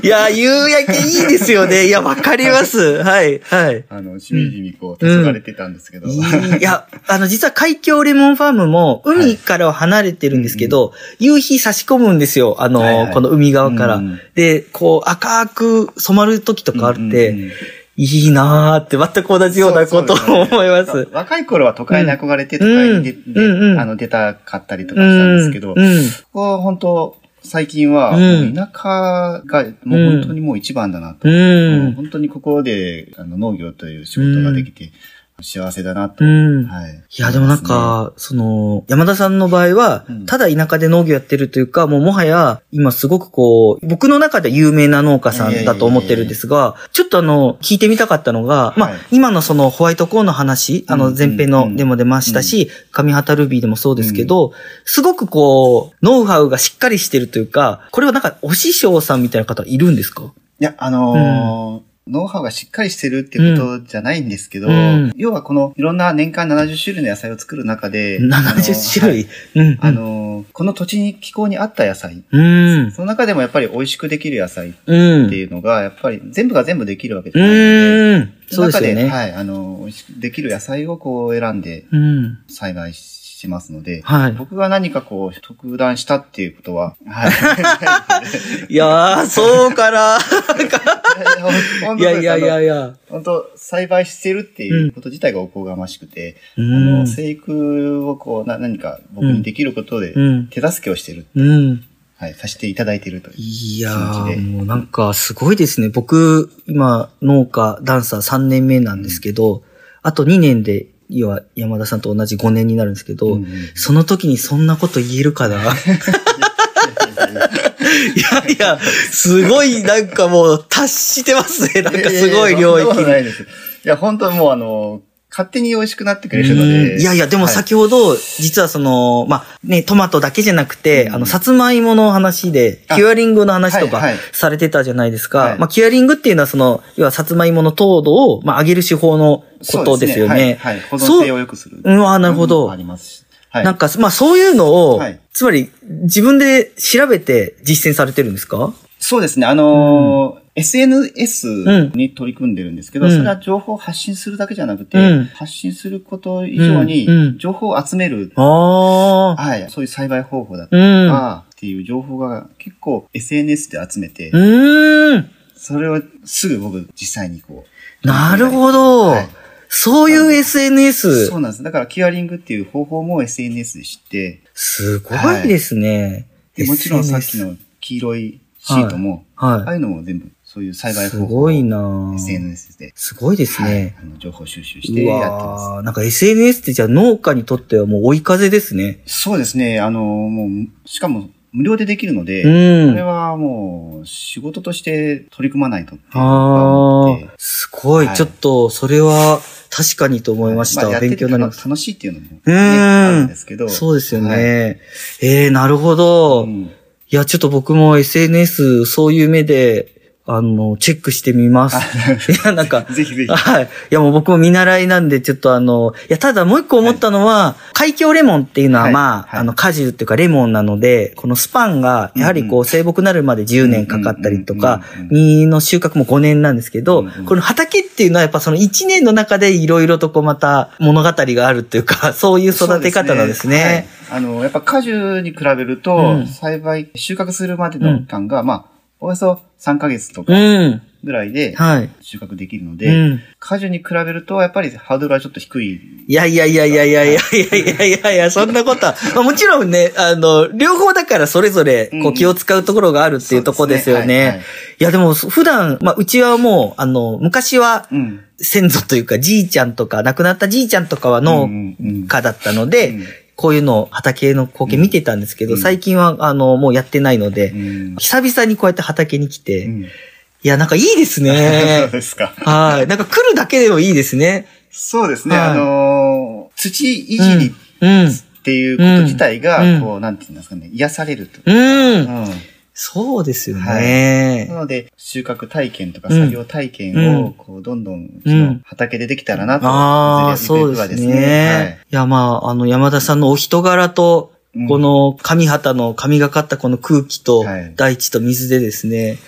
Speaker 1: いや、夕焼けいいですよね。いや、わかります。はい、はい。
Speaker 2: あの、しみじみこう、黄昏れてたんですけど。
Speaker 1: いいいや、あの、実は海峡レモンファームも、海からは離れてるんですけど、夕日差し込むんですよ。あの、
Speaker 2: はいはい
Speaker 1: この海側から。
Speaker 2: うん
Speaker 1: で、こう、赤く染まる時とかあって、
Speaker 2: うんうんうん
Speaker 1: いいなーって、全く同じようなことを
Speaker 2: そうそう
Speaker 1: 思います。
Speaker 2: なんか若い頃は都会に憧れて、
Speaker 1: う
Speaker 2: 都
Speaker 1: ん
Speaker 2: 会に出、
Speaker 1: うん
Speaker 2: で
Speaker 1: うん
Speaker 2: あの出たかったりとかしたんですけど、
Speaker 1: うんうん
Speaker 2: ここは本当、最近は、
Speaker 1: うん
Speaker 2: もう田舎がもう本当にもう一番だなと。
Speaker 1: うん
Speaker 2: もう本当にここであの農業という仕事ができて、幸せだなと。
Speaker 1: うん。
Speaker 2: はい。
Speaker 1: いや、でもなんか、その、山田さんの場合は
Speaker 2: う、ん
Speaker 1: ただ田舎で農業やってるというか、もうもはや、今すごくこう、僕の中で有名な農家さんだと思ってるんですが、ちょっとあの、聞いてみたかったのが、まあ
Speaker 2: はい、
Speaker 1: 今のそのホワイトコーンの話、あ
Speaker 2: う
Speaker 1: の、
Speaker 2: ん
Speaker 1: 前編のでも出ましたし、上畑ルビーでもそうですけど、すごくこう、ノウハウがしっかりしてるというか、これはなんか、お師匠さんみたいな方いるんですか
Speaker 2: いや、あのーノウハウがしっかりしてるってことじゃないんですけど、
Speaker 1: うん
Speaker 2: 要はこのいろんな年間70種類の野菜を作る中で、
Speaker 1: 70種類。
Speaker 2: あ
Speaker 1: うん。
Speaker 2: のー、はいあのーこの土地に気候に合った野菜、
Speaker 1: うん。
Speaker 2: その中でもやっぱり美味しくできる野菜っ
Speaker 1: うん。
Speaker 2: ていうのが、やっぱり全部が全部できるわけじゃないので、
Speaker 1: うん。そうですよ
Speaker 2: の中で、
Speaker 1: ね。
Speaker 2: はい、あのー、美味しくできる野菜をこう選んで
Speaker 1: うん。
Speaker 2: 栽培しますので、
Speaker 1: はい。
Speaker 2: 僕が何かこう、特段したっていうことは、はい。
Speaker 1: いやー、そうかな。 い
Speaker 2: いや
Speaker 1: や
Speaker 2: い
Speaker 1: いや
Speaker 2: や
Speaker 1: い
Speaker 2: いや
Speaker 1: やいや。
Speaker 2: 本当栽培してるっていうこと自体がおこがましくて、
Speaker 1: う
Speaker 2: あ
Speaker 1: ん
Speaker 2: の、。生育をこう、な、何か僕にできることで
Speaker 1: う、ん。
Speaker 2: 手助けをしてる、
Speaker 1: うん。
Speaker 2: はい、させていただいてるという。
Speaker 1: いや
Speaker 2: 感じで
Speaker 1: ー、もうなんかすごいですね。僕、今、農家、ダンサー3年目なんですけど、あと2年で、要は山田さんと同じ5年になるんですけど、
Speaker 2: うんうん
Speaker 1: その時にそんなこと言えるかな いやいや、すごいなんかもう達してますね。なんかすごい領域
Speaker 2: やややそんなこと
Speaker 1: に。
Speaker 2: ないです。いや、本当もうあの、勝手に美味しくなってくれるの
Speaker 1: う
Speaker 2: で。
Speaker 1: んいやいや、でも
Speaker 2: はい
Speaker 1: 先ほど、実はその、まあ、ね、トマトだけじゃなくて、
Speaker 2: うん
Speaker 1: あの、さつまいもの話で、
Speaker 2: あ
Speaker 1: キュアリングの話とか
Speaker 2: はいはい
Speaker 1: されてたじゃないです
Speaker 2: は
Speaker 1: か。
Speaker 2: い
Speaker 1: まあ、キュアリングっていうのはその、要はさつまいもの糖度を、まあ、上げる手法のことですよね。
Speaker 2: はい。はい保存性を良くする。
Speaker 1: うん、あーなるほど。
Speaker 2: ありますし。はい
Speaker 1: なん。か、まあ、そういうのを、
Speaker 2: はい
Speaker 1: つまり、自分で調べて実践されてるんですか
Speaker 2: そうですね。あのー SNS に取り組んでるんですけど、
Speaker 1: うん
Speaker 2: それは情報を発信するだけじゃなくて、
Speaker 1: うん
Speaker 2: 発信すること以上
Speaker 1: うんうん
Speaker 2: に、情報を集める、
Speaker 1: ああ。
Speaker 2: はい、そういう栽培方法だった
Speaker 1: う
Speaker 2: りと
Speaker 1: ん。う
Speaker 2: か、っていう情報が結構 SNS で集めて、
Speaker 1: ーん。
Speaker 2: それをすぐ僕実際にこう。
Speaker 1: なるほど。
Speaker 2: はい
Speaker 1: そういう SNS。
Speaker 2: そうなんです。だから、キュアリングっていう方法も SNS で知って、
Speaker 1: すごいですね。
Speaker 2: でもちろんさっき
Speaker 1: SNS。
Speaker 2: の黄色いシートも、
Speaker 1: はい。
Speaker 2: ああいうのも全部そういう栽培
Speaker 1: す
Speaker 2: 方法
Speaker 1: ご
Speaker 2: を
Speaker 1: いなぁ
Speaker 2: SNS で、
Speaker 1: すごいですね。
Speaker 2: はい、あの情報収集して
Speaker 1: う
Speaker 2: やってます。
Speaker 1: わぁなんか SNS ってじゃあ農家にとってはもう追い風ですね。
Speaker 2: そうですね。あの、もう、しかも無料でできるので、
Speaker 1: う
Speaker 2: これ
Speaker 1: ん。
Speaker 2: はもう仕事として取り組まないとっていうのは
Speaker 1: あ
Speaker 2: 思って
Speaker 1: ーすごい。
Speaker 2: はい
Speaker 1: ちょっと、それは確かにと思いました。
Speaker 2: あやってて
Speaker 1: 勉強になります。
Speaker 2: 楽しいっていうのも、ね、
Speaker 1: うん
Speaker 2: あるんですけど。
Speaker 1: そうですよね。
Speaker 2: はい
Speaker 1: ええー、なるほど。
Speaker 2: う
Speaker 1: い
Speaker 2: ん
Speaker 1: や、ちょっと僕も SNS、そういう目で、あの、チェックしてみます。いや、なんか、
Speaker 2: ぜひぜひ。
Speaker 1: はい。いや、もう僕も見習いなんで、ちょっとあの、いや、ただもう一個思ったのは、海峡レモンっていうのは、
Speaker 2: はい
Speaker 1: まあ、
Speaker 2: はい
Speaker 1: あの、果汁っていうかレモンなので、このスパンが、やはりこう、生木なるまで10年かかったりとか、
Speaker 2: うんうんうんうん
Speaker 1: 実の収穫も5年なんですけど、
Speaker 2: うんうん
Speaker 1: この畑っていうのはやっぱその1年の中でいろいろとこう、また物語があるっていうか、そういう育て方なんですね。
Speaker 2: はいあの、やっぱ果樹に比べると、
Speaker 1: うん
Speaker 2: 栽培、収穫するまで
Speaker 1: う
Speaker 2: の
Speaker 1: ん
Speaker 2: 期間が、まあ、およそ3ヶ月と
Speaker 1: う
Speaker 2: か
Speaker 1: ん。
Speaker 2: ぐらいで
Speaker 1: はい。
Speaker 2: 収穫できるの
Speaker 1: う
Speaker 2: で、
Speaker 1: ん。
Speaker 2: 果樹に比べると、やっぱりハードルはちょっと低い。
Speaker 1: いやいやいやいやいやいやいやいやいやいや、そんなことは。まあもちろんね、あの、両方だからそれぞれ
Speaker 2: うん
Speaker 1: こ
Speaker 2: う
Speaker 1: うん気を使うところがあるっていうところですよ
Speaker 2: そうですねはい
Speaker 1: ね
Speaker 2: はい。
Speaker 1: いやでも普段、まあうちはもう、あの、昔は
Speaker 2: うん。
Speaker 1: 先祖というかじいちゃんとか、亡くなったじいちゃんとかは
Speaker 2: う
Speaker 1: 農
Speaker 2: んうんうん
Speaker 1: 家だったので、
Speaker 2: うん
Speaker 1: こういうのを畑の光景見てたんですけど、
Speaker 2: うん
Speaker 1: 最近はあの、もうやってないので、
Speaker 2: うん
Speaker 1: 久々にこうやって畑に来て、い
Speaker 2: うん
Speaker 1: やなんかいいです
Speaker 2: そう
Speaker 1: ね。
Speaker 2: ですか。
Speaker 1: はい。なんか来るだけでもいいですね。
Speaker 2: そうですね。
Speaker 1: はい
Speaker 2: あのー土維持に
Speaker 1: うん。うん
Speaker 2: っていうこと自体が、
Speaker 1: うん
Speaker 2: こう、なんていうんですかね、癒されると。
Speaker 1: うん
Speaker 2: うん
Speaker 1: そうですよ
Speaker 2: な
Speaker 1: ね。
Speaker 2: ので、収穫体験とか
Speaker 1: うん
Speaker 2: 作業体験
Speaker 1: うん
Speaker 2: を、こう、どんどん、
Speaker 1: う
Speaker 2: うん畑でできたらなと、
Speaker 1: ああ、
Speaker 2: ずれ
Speaker 1: そ
Speaker 2: ゆ
Speaker 1: う
Speaker 2: くゆく
Speaker 1: で
Speaker 2: は
Speaker 1: すね。いや、まあ、あの、山田さんのお人柄と、
Speaker 2: うん
Speaker 1: この神畑の神がかったこの空気と
Speaker 2: はい、
Speaker 1: 大地と水でですね、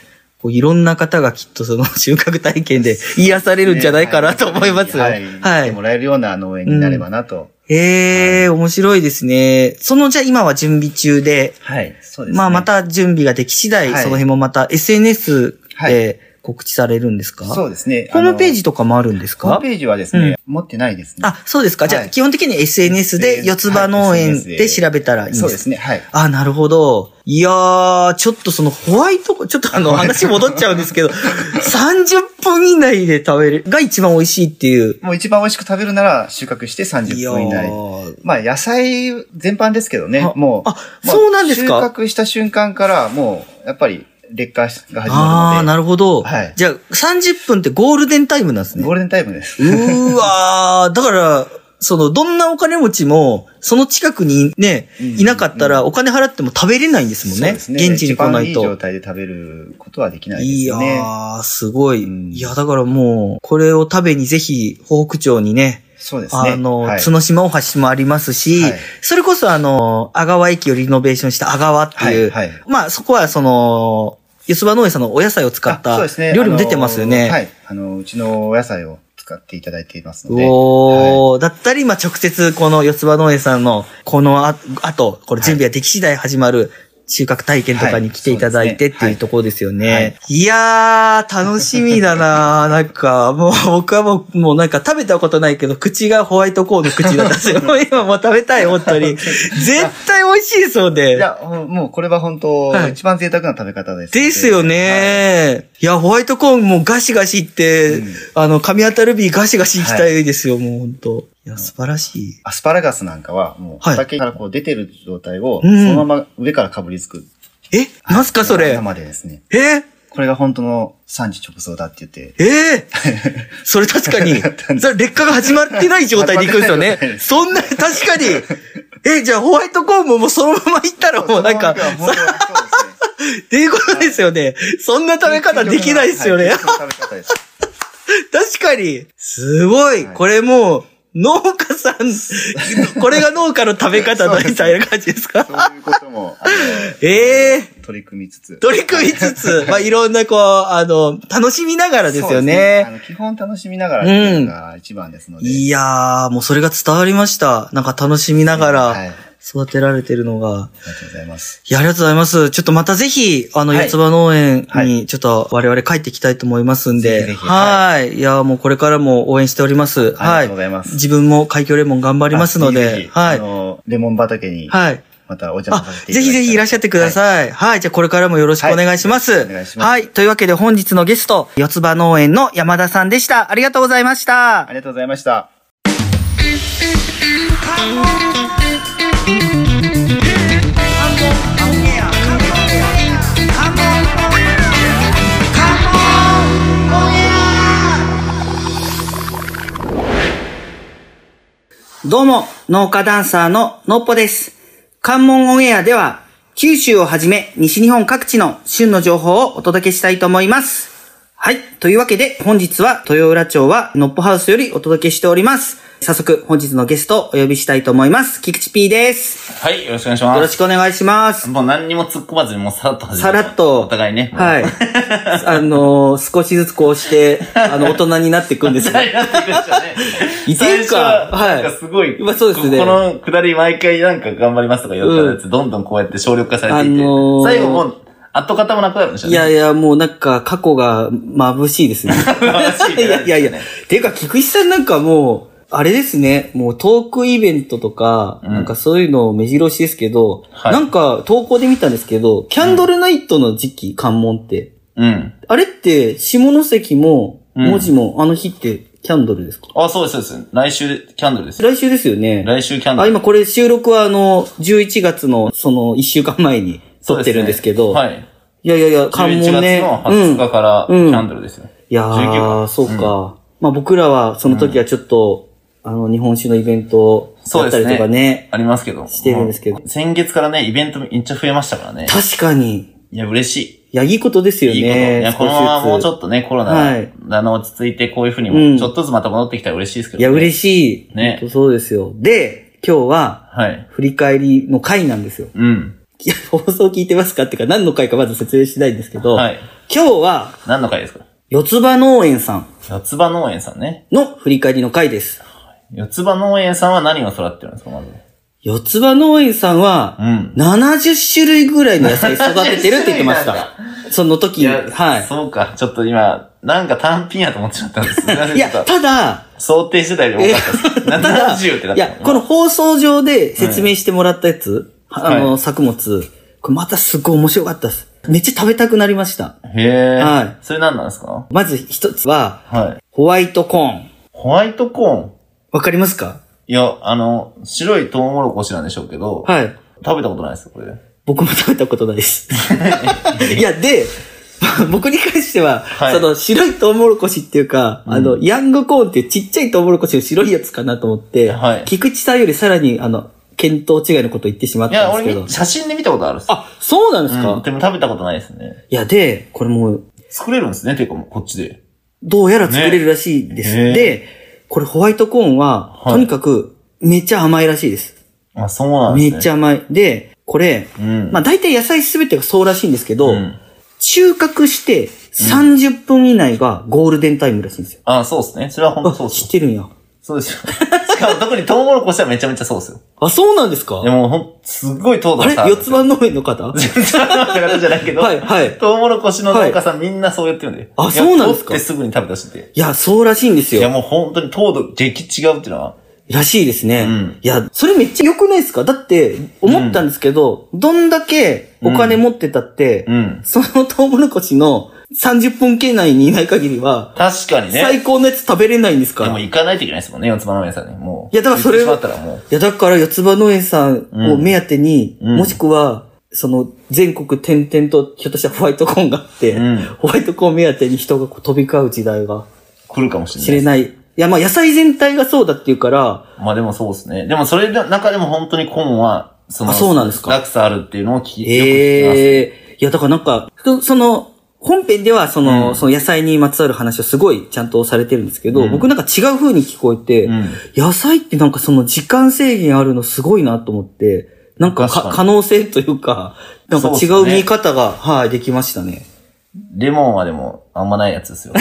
Speaker 1: こういろんな方がきっとその収穫体験で癒されるんじゃないかなと思いますよ。
Speaker 2: は。
Speaker 1: はい
Speaker 2: はい。しても
Speaker 1: い。
Speaker 2: らえるような農園になればなと。
Speaker 1: ええ、面白いですね。その、じゃあ今は準備中で、
Speaker 2: はい。そうですね。
Speaker 1: まあまた準備ができ次第、
Speaker 2: はい
Speaker 1: その辺もまた SNS
Speaker 2: は
Speaker 1: で、こ告知されるんですか。
Speaker 2: そううですね。
Speaker 1: ホームペー
Speaker 2: ジ
Speaker 1: ジとかもあるんです
Speaker 2: ホーム
Speaker 1: か
Speaker 2: ページはですね、持ってないですね。
Speaker 1: あ、そうですか。じゃあ、
Speaker 2: はい
Speaker 1: 基本的に SNS で
Speaker 2: SNS
Speaker 1: 四つ葉農園
Speaker 2: SNS
Speaker 1: で調べたらいいんです
Speaker 2: そ
Speaker 1: か
Speaker 2: うですね。はい。
Speaker 1: あ、なるほど。いやー、ちょっとそのホワイト、ちょっとあの話戻っちゃうんですけど、30分以内で食べる、が一番美味しいっていう。
Speaker 2: もう一番美味しく食べるなら収穫して
Speaker 1: いや
Speaker 2: 30分以内。
Speaker 1: ー。
Speaker 2: まあ野菜全般ですけどね
Speaker 1: あ、
Speaker 2: もう。
Speaker 1: あ
Speaker 2: まあ
Speaker 1: そうなんですか
Speaker 2: 収穫した瞬間からもう、やっぱり劣化が始まるので。
Speaker 1: あー、なるほど。
Speaker 2: はい
Speaker 1: じゃあ、30分ってゴールデンタイムなんですね
Speaker 2: ゴ。ールデンタイムです。
Speaker 1: うーわー、だから、その、どんなお金持ちも、その近くにね、いなかったら、お金払っても食べれないんですもん
Speaker 2: そう
Speaker 1: ね。
Speaker 2: ですね。
Speaker 1: 現地に来ない
Speaker 2: 一番いい状
Speaker 1: と。
Speaker 2: 態で食べることはできない
Speaker 1: い
Speaker 2: です
Speaker 1: や
Speaker 2: よね。
Speaker 1: ー、すごい。
Speaker 2: うん
Speaker 1: いや、だからもう、これを食べにぜひ、北北町にね、
Speaker 2: そうですね。
Speaker 1: あの、
Speaker 2: はい
Speaker 1: 角島大橋もありますし、
Speaker 2: はい
Speaker 1: それこそあの、阿川駅をリノベーションした阿川っていう、
Speaker 2: はいはい
Speaker 1: まあそこはその、四つ葉農園さんのお野菜を使っ
Speaker 2: あ
Speaker 1: た
Speaker 2: そうですね
Speaker 1: 料理も出てますよ
Speaker 2: あのは
Speaker 1: ね。
Speaker 2: い。あの、うちのお野菜を使っていただいていますので。
Speaker 1: おー、だったり、まあ直接この四つ葉農園さんの、このあ後、これ準備ができ次第始まる、収穫体験とかに来ていただいて
Speaker 2: はい
Speaker 1: っていうところですよ
Speaker 2: は
Speaker 1: ね
Speaker 2: い。
Speaker 1: いやー、楽しみだなーなんか、もう僕はもう、もうなんか食べたことないけど、口がホワイトコーンの口だったんで すよ。もう今もう食べたい、本当に。絶対美味しいですよ
Speaker 2: い
Speaker 1: ね。
Speaker 2: や、ほんもうこれは本当、
Speaker 1: はい
Speaker 2: 一番贅沢な食べ方です。
Speaker 1: ですよね、い、や、ホワイトコーンもガシガシいって、
Speaker 2: うん
Speaker 1: あの、噛み当たるビーガシガシいきたいですよ、もう本当いや、素晴らしい。
Speaker 2: アスパラガスなんかは、もう
Speaker 1: はい
Speaker 2: 畑からこう出てる状態を、
Speaker 1: う
Speaker 2: そ
Speaker 1: ん
Speaker 2: のまま上からかぶりつく。
Speaker 1: えなんすかそれ
Speaker 2: 生でですね。
Speaker 1: ええ
Speaker 2: これが本当の産地直送だって言って。
Speaker 1: えそれ確 かに、それ劣化が始まってない状態でいくんですよ
Speaker 2: 始まってない
Speaker 1: ね。
Speaker 2: です
Speaker 1: そんな、確かに。え、じゃあホワイトコーンもも うそのままいったら もうなんか、っ
Speaker 2: そのままが本当はそうですね。
Speaker 1: ていうことですよね。そんな食べ方できない ですよね。
Speaker 2: はい究極の食べ方です。
Speaker 1: 確かに。すごい。
Speaker 2: はい
Speaker 1: これもう、農家さん、こ れが農家の食べ方だみたいな感じですか
Speaker 2: そういうことも、あの
Speaker 1: ええ
Speaker 2: 取り組みつつ。
Speaker 1: 取り組みつ つ、まあ、いろんなこう、あの、楽しみながらですよね
Speaker 2: そう。ですあの基本楽しみながらっていうのが一番ですので。
Speaker 1: いやー、もうそれが伝わりました。なんか楽しみなが
Speaker 2: はい。あ
Speaker 1: ら
Speaker 2: り
Speaker 1: 育てられてるのが。
Speaker 2: がとうございます。
Speaker 1: いや、ありがとうございます。ちょっとまたぜひ、あの、
Speaker 2: はい
Speaker 1: 四つ葉農園
Speaker 2: は
Speaker 1: に、
Speaker 2: い
Speaker 1: ちょっと我々帰ってきたいと思いますん
Speaker 2: ぜ
Speaker 1: で。
Speaker 2: ひぜひ
Speaker 1: はい。いやー、もうこれからも応援しております。
Speaker 2: あ
Speaker 1: は
Speaker 2: りがとうございます
Speaker 1: 自分も海峡レモン頑張
Speaker 2: あ
Speaker 1: りますので。は
Speaker 2: あ
Speaker 1: い。
Speaker 2: の、レモン畑に、
Speaker 1: はい。
Speaker 2: またお邪魔
Speaker 1: あ
Speaker 2: させ、てい
Speaker 1: ぜ
Speaker 2: ただき
Speaker 1: ひぜひいらっしゃってくだ
Speaker 2: い。
Speaker 1: さい。はい、じゃあこれからもよろしくお願いします。
Speaker 2: はいお願いします
Speaker 1: はい。というわけで本日のゲスト、四つ葉農園の山田さんでした。ありがとうございました
Speaker 2: あ。りがとうございました。
Speaker 1: どうも、農家ダンサーののっぽです。関門オンエアでは、九州をはじめ西日本各地の旬の情報をお届けしたいと思います。はい。というわけで、本日は豊浦町はのっぽハウスよりお届けしております。早速、本日のゲストをお呼びしたいと思います。菊池 P です。
Speaker 4: はい、よろしくお願いします。
Speaker 1: よろしくお願いします。
Speaker 4: もう何にも突っ込まずに、もうさらっと始め
Speaker 1: さらっと。
Speaker 4: お互いね。。
Speaker 1: はい い。あのー少しずつこうして、あの、大人になっていく んですが。
Speaker 4: やっていくんですよね。
Speaker 1: いけるかは
Speaker 4: はいい。なんかすごい。
Speaker 1: まあそうですね
Speaker 4: ここのくだり毎回なんか頑張りますとか言ったやつ、どんどんこうやって省力化されていて、
Speaker 1: あのー
Speaker 4: 最後もう、跡形もなくなるんでしょう
Speaker 1: い
Speaker 4: ね。
Speaker 1: やいや、もうなんか過去が眩しいですね。
Speaker 4: しい
Speaker 1: い
Speaker 4: ね
Speaker 1: やいやいや。ていうか、菊池さんなんかもう、あれですね、もうトークイベントとか、なんかそういうのを目白押しですけど、
Speaker 4: はい
Speaker 1: なんか投稿で見たんですけど、キャンドルナイトの時期、関門って。
Speaker 4: うん。
Speaker 1: あれって、下関も、
Speaker 4: うん
Speaker 1: 文字も、あの日ってキャンドルですか、
Speaker 4: あ、そうです、そうです。来週、キャンドルですよ。
Speaker 1: 来週ですよね。
Speaker 4: 来週キャンド
Speaker 1: あ、
Speaker 4: ル。
Speaker 1: 今これ収録はあの、11月のその1週間前に撮ってるんですけど、
Speaker 4: そうですねはい。
Speaker 1: いやいやいや、関
Speaker 4: 11月
Speaker 1: 門ね。
Speaker 4: の
Speaker 1: う
Speaker 4: 20
Speaker 1: ん。
Speaker 4: 日からキ
Speaker 1: うんうん
Speaker 4: ャンドルですよ。
Speaker 1: いや
Speaker 4: 19
Speaker 1: ー、
Speaker 4: か
Speaker 1: そうか。まあ僕らはその時はちょっと、あの、日本酒のイベントをやったりと
Speaker 4: そ
Speaker 1: か
Speaker 4: うです
Speaker 1: ね。
Speaker 4: ありますけど。
Speaker 1: してるんですけど
Speaker 4: もう先月からね、イベントめっちゃ増えましたからね。
Speaker 1: 確かに。
Speaker 4: いや、嬉しい。
Speaker 1: いや、いいことですよね。
Speaker 4: いいこと。いや、このままもうちょ
Speaker 1: っ
Speaker 4: っとね、コロナ、
Speaker 1: はい
Speaker 4: あの、落ち着いて、こういうふうに
Speaker 1: うん
Speaker 4: も、ちょっとずつまた戻ってきたら嬉しいですけど、
Speaker 1: いや、嬉
Speaker 4: しい。
Speaker 1: しい。
Speaker 4: ね
Speaker 1: ほんとそうですよ。で、今日は、
Speaker 4: はい。
Speaker 1: 振り返りの回なんですよ。
Speaker 4: うん。
Speaker 1: いや放送聞いてますかっていうか、何の回かまず説明しないんですけど、
Speaker 4: はい。
Speaker 1: 今日は、
Speaker 4: 何の回ですか
Speaker 1: 四つ葉農園さん
Speaker 4: 四つ葉農園さんね。
Speaker 1: の振り返りの回です。
Speaker 4: 四つ葉農園さんは何を育ってるんですか、まず。
Speaker 1: 四つ葉農園さんは
Speaker 4: う、ん。
Speaker 1: 70種類ぐらいの野菜育ててるって言ってました。その時
Speaker 2: い
Speaker 1: に。
Speaker 2: や、
Speaker 1: はい。
Speaker 2: そうか。ちょっと今、なんか単品やと思っちゃったんです。すみません
Speaker 1: いや、
Speaker 2: ちょっと
Speaker 1: ただ、
Speaker 2: 想定してたより多かった
Speaker 1: ただ、
Speaker 2: です。70ってなっ
Speaker 1: い
Speaker 2: た。
Speaker 1: や、この放送上で説明してもらったやつ、
Speaker 2: い
Speaker 1: あの、作物、これまたすごい面白かったです。めっちゃ食べたくなりました。
Speaker 2: へえ。
Speaker 1: はい
Speaker 2: それ何なんですか
Speaker 1: まず一つは、
Speaker 2: はい。
Speaker 1: ホワイトコーン。
Speaker 2: ホワイトコーン。
Speaker 1: わかりますか
Speaker 2: いや、あの、白いトウモロコシなんでしょうけど、
Speaker 1: はい。
Speaker 2: 食べたことないですよ、これ。
Speaker 1: 僕も食べたことないです。 いや、で、 僕に関しては、
Speaker 2: はい
Speaker 1: その白いトウモロコシっていうか、あの、ヤングコーンっていうちっちゃいトウモロコシの白いやつかなと思って、
Speaker 2: はい
Speaker 1: 菊池さんよりさらに、あの、見当違いのこと言ってしまっ
Speaker 2: い
Speaker 1: た
Speaker 2: や、
Speaker 1: んですけ
Speaker 2: 俺
Speaker 1: ど
Speaker 2: み、。写真で見たことあるっす。
Speaker 1: あ、そうなんですか、
Speaker 2: うん、でも食べたことないですね。
Speaker 1: いや、で、これもう、
Speaker 2: 作れるんですね、結構こっちで。
Speaker 1: どうやら作れるらしいです。
Speaker 2: ねへー
Speaker 1: で、これホワイトコーンは、
Speaker 2: はい
Speaker 1: とにかく、めっちゃ甘いらしいです。
Speaker 2: あ、そうなんですね。
Speaker 1: めっちゃ甘い。で、これ、
Speaker 2: うん。
Speaker 1: まあ大体野菜すべてがそうらしいんですけど、
Speaker 2: うん
Speaker 1: 収穫して30分以内がゴールデンタイムらしいんですよ。
Speaker 2: あ、そうですね。それは本当そう
Speaker 1: あ、
Speaker 2: です
Speaker 1: 知っ
Speaker 2: よ。
Speaker 1: てるんや。
Speaker 2: そうですよ。しかも特にトウモロコシはめちゃめちゃそうですよ。
Speaker 1: あ、そうなんですか
Speaker 2: でもほん、すっごい糖度
Speaker 1: あ
Speaker 2: が
Speaker 1: れ
Speaker 2: さ
Speaker 1: 四つ葉農園の方
Speaker 2: 方じゃないけど、
Speaker 1: はいはい
Speaker 2: トウモロコシの農家さん、みんなそうやってるんで。
Speaker 1: あそうなんですか
Speaker 2: いや取ってすぐに食べたしって。
Speaker 1: いや、そうらしいんです
Speaker 2: いや
Speaker 1: よ。
Speaker 2: もう本当に糖度激違うっていうのは、
Speaker 1: らしいですね。
Speaker 2: うん
Speaker 1: いや、それめっちゃ良くないですかだって、思ったんですけど、どんだけお金持ってたって、
Speaker 2: うん。
Speaker 1: そのトウモロコシの30分圏内にいない限りは、
Speaker 2: 確かにね。
Speaker 1: 最高のやつ食べれないんですか
Speaker 2: で
Speaker 1: ら。
Speaker 2: も
Speaker 1: い
Speaker 2: 行かないといけないですもんね、四つ葉の屋さんに。もう。
Speaker 1: いやだからそれ
Speaker 2: 行ってしまったらもう。
Speaker 1: や、だから四つ葉農園さんを目当てに、
Speaker 2: うん
Speaker 1: もしくは、その、全国点々と、ひょっとしたらホワイトコーンがあって、
Speaker 2: うん
Speaker 1: ホワイトコーン目当てに人がこう飛び交う時代が
Speaker 2: 来るかもしれない。
Speaker 1: 知れない。いや、まあ野菜全体がそうだっていうから、
Speaker 2: まあでもそうですね。でもそれの中でも本当にコーンは、その、
Speaker 1: あそうなんですか
Speaker 2: 落差あるっていうのを聞き、よく聞きます。
Speaker 1: ええいや、だからなんか、そその、本編ではその、
Speaker 2: うん
Speaker 1: その野菜にまつわる話をすごいちゃんとされてるんですけど、
Speaker 2: うん
Speaker 1: 僕なんか違う風に聞こえて、
Speaker 2: うん
Speaker 1: 野菜ってなんかその時間制限あるのすごいなと思って、なんかか
Speaker 2: 確かに
Speaker 1: 可能性というか、なんか違
Speaker 2: そう
Speaker 1: う
Speaker 2: っすね
Speaker 1: 見方が、はい、できましたね。
Speaker 2: レモンはでも、あんまないやつで すよ。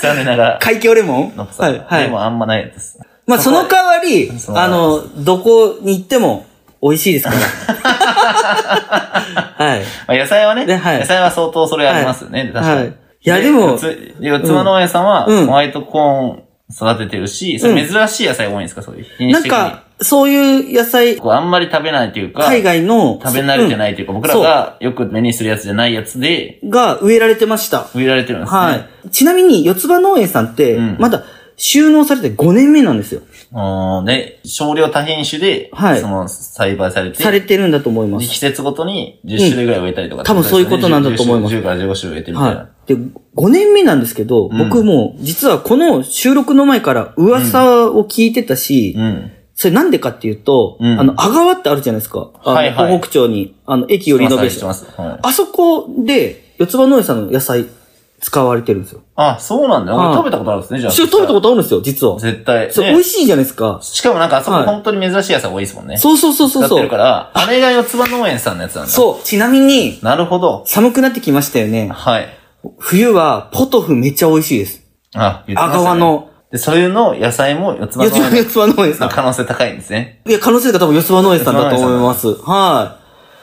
Speaker 2: 残念ながら。
Speaker 1: 海峡レモン
Speaker 2: ノップさ
Speaker 1: は
Speaker 2: ん
Speaker 1: い、は
Speaker 2: レモン
Speaker 1: い。
Speaker 2: あんまないやつです。
Speaker 1: まあその代わり
Speaker 2: そ、う
Speaker 1: あの、どこに行っても美味しいです から。はい。
Speaker 2: まあ、野菜はね
Speaker 1: ねはい
Speaker 2: 野菜は相当それありますよね。確かに。
Speaker 1: はい。いや、でも、
Speaker 2: つ、四つ葉農園さんは、
Speaker 1: うん
Speaker 2: ホワイトコーン育ててるし、それ珍しい野菜多いんですか、そういう。品
Speaker 1: な
Speaker 2: 種
Speaker 1: ん
Speaker 2: 的に
Speaker 1: か、、そういう野菜、
Speaker 2: こうあんまり食べないというか、
Speaker 1: 海外の、
Speaker 2: 食べ慣れてないというか、僕らがよく目にするやつじゃないやつで、
Speaker 1: うんが植えられてました。
Speaker 2: 植えられてるんですね。
Speaker 1: はい。ちなみに、四つ葉農園さんって、
Speaker 2: うん
Speaker 1: まだ収納されて5年目なんですよ。
Speaker 2: あーで、少量多品種で、
Speaker 1: はい
Speaker 2: その、栽培されて、
Speaker 1: されてるんだと思いま
Speaker 2: で季
Speaker 1: す。
Speaker 2: 節ごとに10種類ぐらい植えたりとか、
Speaker 1: 多分そういうことなんだと思います
Speaker 2: 10から15種類植えてみたいな。
Speaker 1: はい。で、5年目なんですけど、
Speaker 2: うん
Speaker 1: 僕も、実はこの収録の前から噂を聞いてたし、
Speaker 2: うん。
Speaker 1: それなんでかっていうと、
Speaker 2: うん
Speaker 1: あの、阿川ってあるじゃないですか。あの、
Speaker 2: はいはい
Speaker 1: 東北町に、あの、駅より延べ
Speaker 2: し
Speaker 1: し
Speaker 2: してます。はい
Speaker 1: あそこで、四つ葉農園さんの野菜、使われてるんですよ。
Speaker 2: あ、そうなんだ。
Speaker 1: は
Speaker 2: 俺
Speaker 1: い
Speaker 2: 食べたことあるんですね、じゃあ。
Speaker 1: 一緒に食べたことあるんですよ、実は。
Speaker 2: 絶対。
Speaker 1: そう、
Speaker 2: ね
Speaker 1: 美味しいじゃないですか。
Speaker 2: しかもなんかあそこ
Speaker 1: はい
Speaker 2: 本当に珍しい野菜多いですもんね。
Speaker 1: そうそうそうそう
Speaker 2: 使っ
Speaker 1: そ
Speaker 2: てるか
Speaker 1: う。
Speaker 2: ら、あれが四つ葉農園さんのやつなんだ。
Speaker 1: そう、ちなみに、
Speaker 2: なるほど。
Speaker 1: 寒くなってきましたよね。
Speaker 2: はい。
Speaker 1: 冬は、ポトフめっちゃ美味しいです。
Speaker 2: あ、言ってましたね
Speaker 1: 阿川の。
Speaker 2: で、そういうの野菜も四つ葉
Speaker 1: 四
Speaker 2: 農
Speaker 1: つ葉、四
Speaker 2: 園
Speaker 1: つ葉農園さ
Speaker 2: の可
Speaker 1: ん。
Speaker 2: 能性高いんですね。
Speaker 1: いや、可能性が多分四つ葉農園さんだと思います。は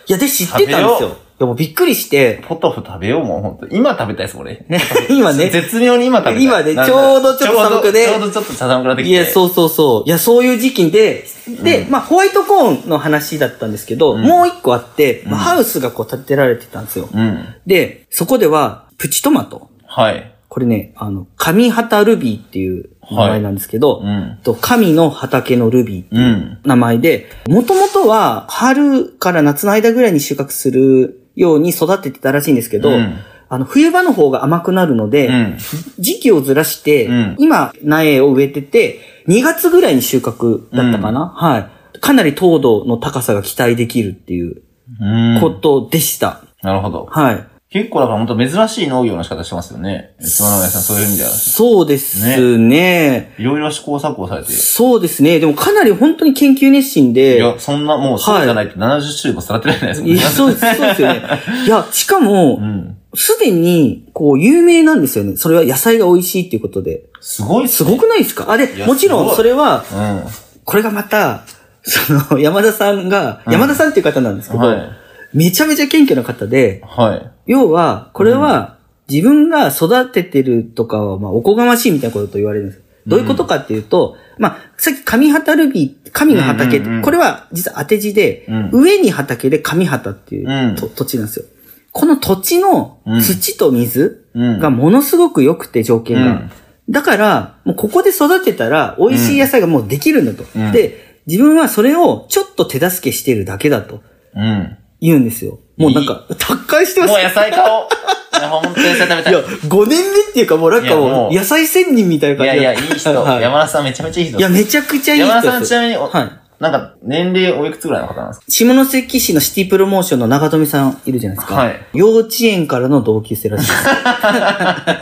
Speaker 1: い。いや、で、知ってたんです
Speaker 2: 食べ
Speaker 1: よ。
Speaker 2: よ
Speaker 1: でもびっくりして、
Speaker 2: ポトフ食べようもん、本当今食べたいです、俺。
Speaker 1: ね、 今ね、
Speaker 2: 絶妙に今食べたい。
Speaker 1: 今ね
Speaker 2: なん
Speaker 1: ち
Speaker 2: だ
Speaker 1: ょうどちょっと寒くね
Speaker 2: ちょうどちょっと寒くなってきて。
Speaker 1: いや、そうそうそう。いや、そういう時期で、で、まあ、ホワイトコーンの話だったんですけど、
Speaker 2: ん
Speaker 1: もう一個あって、まあハウスがこう建てられてたんですよ。
Speaker 2: うん。
Speaker 1: で、そこでは、プチトマト。
Speaker 2: はい。
Speaker 1: これね、あの、神畑ルビーっていう名前なんですけど、
Speaker 2: うん。
Speaker 1: と神の畑のルビーって
Speaker 2: う。
Speaker 1: いうん名前で、もともとは春から夏の間ぐらいに収穫するように育ててたらしいんですけど、
Speaker 2: うん
Speaker 1: あの、冬場の方が甘くなるので、
Speaker 2: うん。
Speaker 1: 時期をずらして、
Speaker 2: うん
Speaker 1: 今、苗を植えてて、2月ぐらいに収穫だったかな、はい。かなり糖度の高さが期待できるっていう
Speaker 2: うん。
Speaker 1: ことでした。
Speaker 2: なるほど。
Speaker 1: はい。
Speaker 2: 結構だから本当珍しい農業の仕方してますよね。四つ葉農園さん、そういう意味では。
Speaker 1: そうですね
Speaker 2: いろいろ試行錯誤されて。
Speaker 1: そうですね。でもかなり本当に研究熱心で。
Speaker 2: いや、そんな、もう、そうじゃないと70種類も育てられないですもん
Speaker 1: いやそうです、そうですよ ね。いや、しか
Speaker 2: う
Speaker 1: も、
Speaker 2: ん。
Speaker 1: すでに、こう、有名なんですよね。それは野菜が美味しいっていうことで。
Speaker 2: すごいっ
Speaker 1: す
Speaker 2: す
Speaker 1: ご
Speaker 2: ね。
Speaker 1: くないですかあ、
Speaker 2: い
Speaker 1: で、
Speaker 2: や
Speaker 1: もち
Speaker 2: す
Speaker 1: ろ
Speaker 2: ご
Speaker 1: ん、
Speaker 2: い
Speaker 1: それは、
Speaker 2: うん。
Speaker 1: これがまた、その、山田さんが、山田さんっていう方なんですけど、
Speaker 2: はい。
Speaker 1: めちゃめちゃ謙虚な方で、
Speaker 2: はい。
Speaker 1: 要は、これは、自分が育ててるとかは、まあ、おこがましいみたいなことと言われるんです。どういうことかっていうと、まあ、さっき神畑ルビー、神の畑って
Speaker 2: うんうんうん
Speaker 1: これは実は当て字で、
Speaker 2: うん
Speaker 1: 上に畑で神畑っていう、
Speaker 2: うん
Speaker 1: と土地なんですよ。この土地の
Speaker 2: うん
Speaker 1: 土と水
Speaker 2: うん
Speaker 1: がものすごく良くて、条件が。
Speaker 2: うん
Speaker 1: だから、もうここで育てたら、美味しい野菜がもうできるんだと。
Speaker 2: うん
Speaker 1: で、自分はそれをちょっと手助けしてるだけだと
Speaker 2: うん。
Speaker 1: 言うんですよ。もうなんか、達観してます
Speaker 2: もう野菜買 おう。いや、ほんと野菜食べた
Speaker 1: い
Speaker 2: い。
Speaker 1: や、5年目っていうかもうなんか
Speaker 2: いや
Speaker 1: も
Speaker 2: も
Speaker 1: う、
Speaker 2: う
Speaker 1: 野菜仙人みたいない感
Speaker 2: や
Speaker 1: じ
Speaker 2: いや、いい人。
Speaker 1: はい
Speaker 2: 山田さんめちゃめちゃいい人。
Speaker 1: いや、めちゃくちゃいい
Speaker 2: 山田
Speaker 1: 人
Speaker 2: さん
Speaker 1: で
Speaker 2: ち
Speaker 1: す。
Speaker 2: なみに、お
Speaker 1: はい
Speaker 2: なんか、年齢おいくつぐらいの方なんですか
Speaker 1: 下関市のシティプロモーションの長富さんいるじゃないですか。
Speaker 2: はい
Speaker 1: 幼稚園からの同級生らしい です。は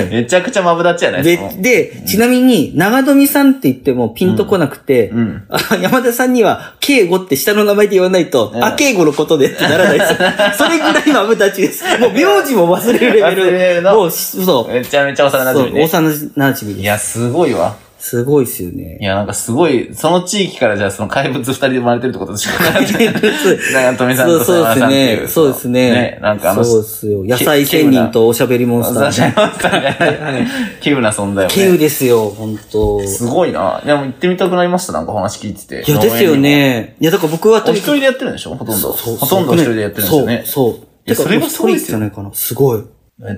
Speaker 1: い。
Speaker 2: めちゃくちゃマブダチじゃないですか。
Speaker 1: で、で、ちなみに、長富さんって言ってもピンとこなくて、
Speaker 2: うん
Speaker 1: あ山田さんには、敬語って下の名前で言わないと、
Speaker 2: ん
Speaker 1: あ、敬語のことでってならないです よ。それぐらいのアブダチです。もう名字も忘れるレベル。
Speaker 2: 忘れるの
Speaker 1: もう、そう。
Speaker 2: めちゃめちゃ幼馴
Speaker 1: そう
Speaker 2: 染で。
Speaker 1: 幼馴染
Speaker 2: い
Speaker 1: です。
Speaker 2: や、すごいわ。
Speaker 1: すごいですよね
Speaker 2: い。や、なんかすごい、その地域からじゃあその怪物二人で生まれてるってことですかなんか富さんと
Speaker 1: そうそうで
Speaker 2: 沢
Speaker 1: す
Speaker 2: さんってい
Speaker 1: ね。
Speaker 2: う。
Speaker 1: そうですね。
Speaker 2: ね、なんかあの、
Speaker 1: そうですよ。野菜仙人とおしゃべりモンスタ
Speaker 2: ザシャイ
Speaker 1: ー。
Speaker 2: マスターみたいな。稀有な存在
Speaker 1: ケ
Speaker 2: を
Speaker 1: ウ
Speaker 2: ね。
Speaker 1: ですよ、本当
Speaker 2: すごいな。でも行ってみたくなりました、なんかお話聞いてて。
Speaker 1: いや、ですよね。いや、だから僕は
Speaker 2: 農園にも。お一人で
Speaker 1: で
Speaker 2: やってるんでしょほとんど。ほとんど一人でやってるんですよね。
Speaker 1: そう、そう。
Speaker 2: い
Speaker 1: て
Speaker 2: や
Speaker 1: か
Speaker 2: それがすごいです
Speaker 1: 一人じ
Speaker 2: よ
Speaker 1: ゃないかな。すごい。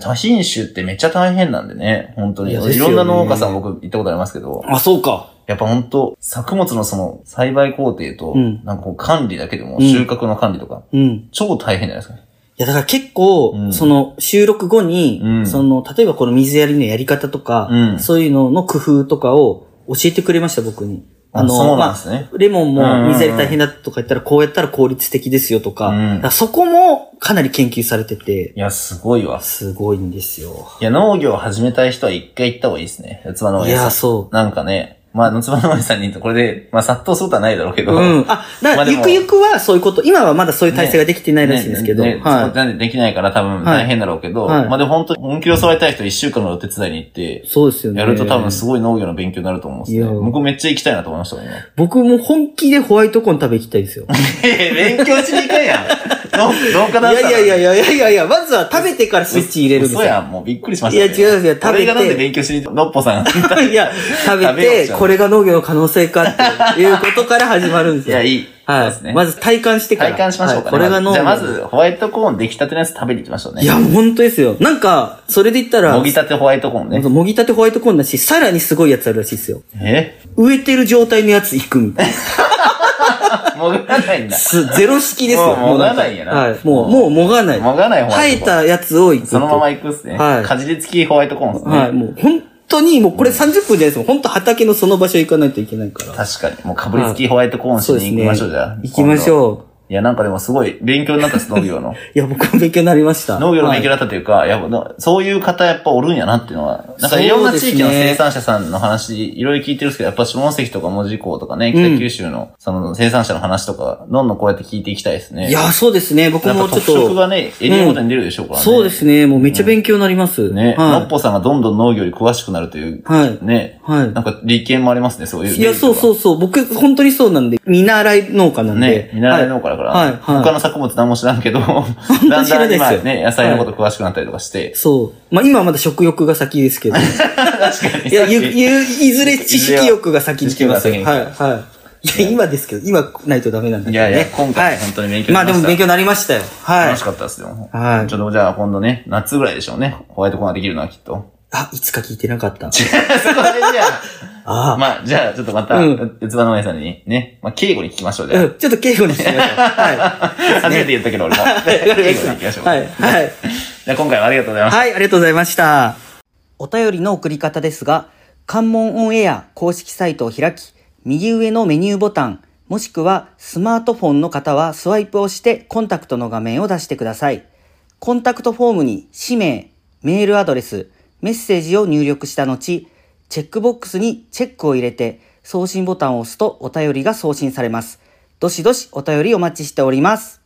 Speaker 2: 多品種ってめっちゃ大変なんでね、本当に。
Speaker 1: い
Speaker 2: い
Speaker 1: やですよ
Speaker 2: ろ
Speaker 1: ね
Speaker 2: んな農家さん僕行ったことありますけど、
Speaker 1: あ、そうか。
Speaker 2: やっぱ本当作物のその栽培工程と、
Speaker 1: うん
Speaker 2: なんかこう管理だけでも、
Speaker 1: うん
Speaker 2: 収穫の管理とか、
Speaker 1: うん。
Speaker 2: 超大変じゃないですか。
Speaker 1: いや、だから結構、
Speaker 2: うん
Speaker 1: その、収録後に、
Speaker 2: うん
Speaker 1: その、例えばこの水やりのやり方とか、
Speaker 2: うん
Speaker 1: そういうのの工夫とかを教えてくれました、僕に。
Speaker 2: あ
Speaker 1: あの、
Speaker 2: そうなん
Speaker 1: ま
Speaker 2: ですね
Speaker 1: あ、レモン
Speaker 2: うんうん
Speaker 1: も
Speaker 2: うん
Speaker 1: 水やり大変だとか言ったら、こうやったら効率的ですよとか、
Speaker 2: うん
Speaker 1: だからそこもかなり研究されてて、
Speaker 2: いや、すごいわ。
Speaker 1: すごいんですよ。
Speaker 2: いや、農業を始めたい人は一回行った方がいいですね。四つ葉農
Speaker 1: い
Speaker 2: 園さん。
Speaker 1: や、そう。
Speaker 2: なんかね、まあ、四つ葉農園さんに言うと、これで、まあ、殺到することはないだろうけど。
Speaker 1: うん。あ、だ
Speaker 2: ま
Speaker 1: から、
Speaker 2: あで
Speaker 1: ゆ
Speaker 2: も
Speaker 1: くゆくはそういうこと、今はまだそういう体制ができてないらしいんですけど、
Speaker 2: ねね
Speaker 1: は
Speaker 2: そうなんでできないから多分
Speaker 1: はい
Speaker 2: 大変だろうけど、
Speaker 1: はい
Speaker 2: まあでも本当に本気を揃えたい人一週間のお手伝いに行って
Speaker 1: い。、そうですよね。
Speaker 2: やると多分すごい農業の勉強になると思うんです
Speaker 1: い
Speaker 2: ね。
Speaker 1: や
Speaker 2: 僕めっちゃ行きたいなと思いましたもん、今。
Speaker 1: 僕も本気でホワイトコーン食べ行きたいですよ。
Speaker 2: 勉強しに行かんやん。農家だった
Speaker 1: いやいやいやいやいやいやいや、まずは食べてからスイッチ入れるんです
Speaker 2: 嘘
Speaker 1: よ。
Speaker 2: やん、もうびっくりしました、
Speaker 1: いや違う違う食べて
Speaker 2: 俺がなんで勉強しに行ったのっぽさん。
Speaker 1: いや、食べ
Speaker 2: 食べよう
Speaker 1: て、
Speaker 2: じゃん
Speaker 1: これが農業の可能性かっていうことから始まるんです
Speaker 2: い
Speaker 1: よ。
Speaker 2: や、いい。そうです
Speaker 1: はい。
Speaker 2: ね。
Speaker 1: まず体感してから。
Speaker 2: 体感しましょうかね。
Speaker 1: はいこれが農業。
Speaker 2: じゃあまず、ホワイトコーン出来たてのやつ食べに行きましょうね。
Speaker 1: いや、、本当ですよ。なんか、それで言ったら、
Speaker 2: もぎたてホワイトコーンね
Speaker 1: ほんと。もぎたてホワイトコーンだし、さらにすごいやつあるらしいですよ。
Speaker 2: え
Speaker 1: 植えてる状態のやつ行くみたいな。
Speaker 2: もがないんだ。
Speaker 1: すゼロ式ですよ。
Speaker 2: もうもが
Speaker 1: んか
Speaker 2: ないんやな
Speaker 1: はい。もう、もうもがない。
Speaker 2: もがないホワ
Speaker 1: 生
Speaker 2: イ
Speaker 1: え
Speaker 2: トコーン。
Speaker 1: たやつを行くと。
Speaker 2: そのまま行くっすね。
Speaker 1: はい
Speaker 2: かじりつきホワイトコーンっすね。
Speaker 1: はい。もう、本当に、もうこれ30分じゃないですもん。本当畑のその場所行かないといけないから。
Speaker 2: 確かに。もうかぶりつきホワイトコーンしに行きましょう、じゃあ。
Speaker 1: 行きまし
Speaker 2: う。
Speaker 1: ょ
Speaker 2: いや、なんかでもすごい勉強になったっす、農業の。
Speaker 1: う。いや、僕も勉強になりました。
Speaker 2: 農業の勉強
Speaker 1: は
Speaker 2: だったというか、やっぱ、そういう方やっぱおるんやなっていうのは、なんかいろんな地域の
Speaker 1: そうですね
Speaker 2: 生産者さんの話、いろいろ聞いてるんですけど、やっぱ下関とか門司港とかね、北九州の、その生産者の話とか、どんどんこうやって聞いていきたいですね。
Speaker 1: い、いや、そうですね。僕
Speaker 2: やっ
Speaker 1: も
Speaker 2: ぱ
Speaker 1: ちょ
Speaker 2: 特
Speaker 1: っ
Speaker 2: 色
Speaker 1: と。
Speaker 2: がね、エリアごとに出るでしょうからね。
Speaker 1: そうですね。もうめっちゃ勉強になります。
Speaker 2: ね、の
Speaker 1: は
Speaker 2: っぽさんがどんどん農業に詳しくなるという、
Speaker 1: はい
Speaker 2: ね、
Speaker 1: はい
Speaker 2: なんか利権もありますね、そういう。。
Speaker 1: い。いや、そうそううそう。僕、本当にそうなんで、見習い農家なんで。
Speaker 2: ね、見習い農家だから、
Speaker 1: はい、はい。
Speaker 2: 他
Speaker 1: は
Speaker 2: の
Speaker 1: い
Speaker 2: 作物何も知 らんけど、
Speaker 1: 知らなん
Speaker 2: だ
Speaker 1: いですよ
Speaker 2: だん今ね、野菜のこと詳しくなったりとかして、
Speaker 1: そう。まあ、今はまだ食欲が先です けど。い
Speaker 2: 確かに。
Speaker 1: や、ゆ、ゆ、いずれ知識欲が先に来ますよ。
Speaker 2: 知識欲
Speaker 1: は
Speaker 2: が
Speaker 1: い、はい。いや、今ですけど、今ないとダメなんだけどね。
Speaker 2: いやいや今回
Speaker 1: はい
Speaker 2: 本当に勉強に
Speaker 1: ま
Speaker 2: な
Speaker 1: あ、で
Speaker 2: りました
Speaker 1: も勉強になりましたよ。はい
Speaker 2: 楽し。かったですよ。
Speaker 1: はい
Speaker 2: ちょっとじゃあ今度ね、夏ぐらいでしょうね。ホワイトコーナーできるのはきっと。
Speaker 1: あ、いつか聞いてなかった。
Speaker 2: そこでじゃ
Speaker 1: あ
Speaker 2: あ、まあじゃあちょっとまた、
Speaker 1: うん
Speaker 2: うつばのお姉さんにね、まあ敬語に聞きましょう、じ
Speaker 1: う
Speaker 2: ゃあ。
Speaker 1: ん、ちょっと敬語にしてみましょう。は
Speaker 2: 初めて言ったけど 俺も。 敬語に聞きましょう。
Speaker 1: い。はい。はい。
Speaker 2: じゃあ今回はありがとうございました。
Speaker 1: はい、ありがとうございました。お便りの送り方ですが、関門オンエア公式サイトを開き、右上のメニューボタン、もしくはスマートフォンの方はスワイプをしてコンタクトの画面を出してください。コンタクトフォームに氏名、メールアドレス、メッセージを入力した後、チェックボックスにチェックを入れて送信ボタンを押すとお便りが送信されます。どしどしお便りお待ちしております。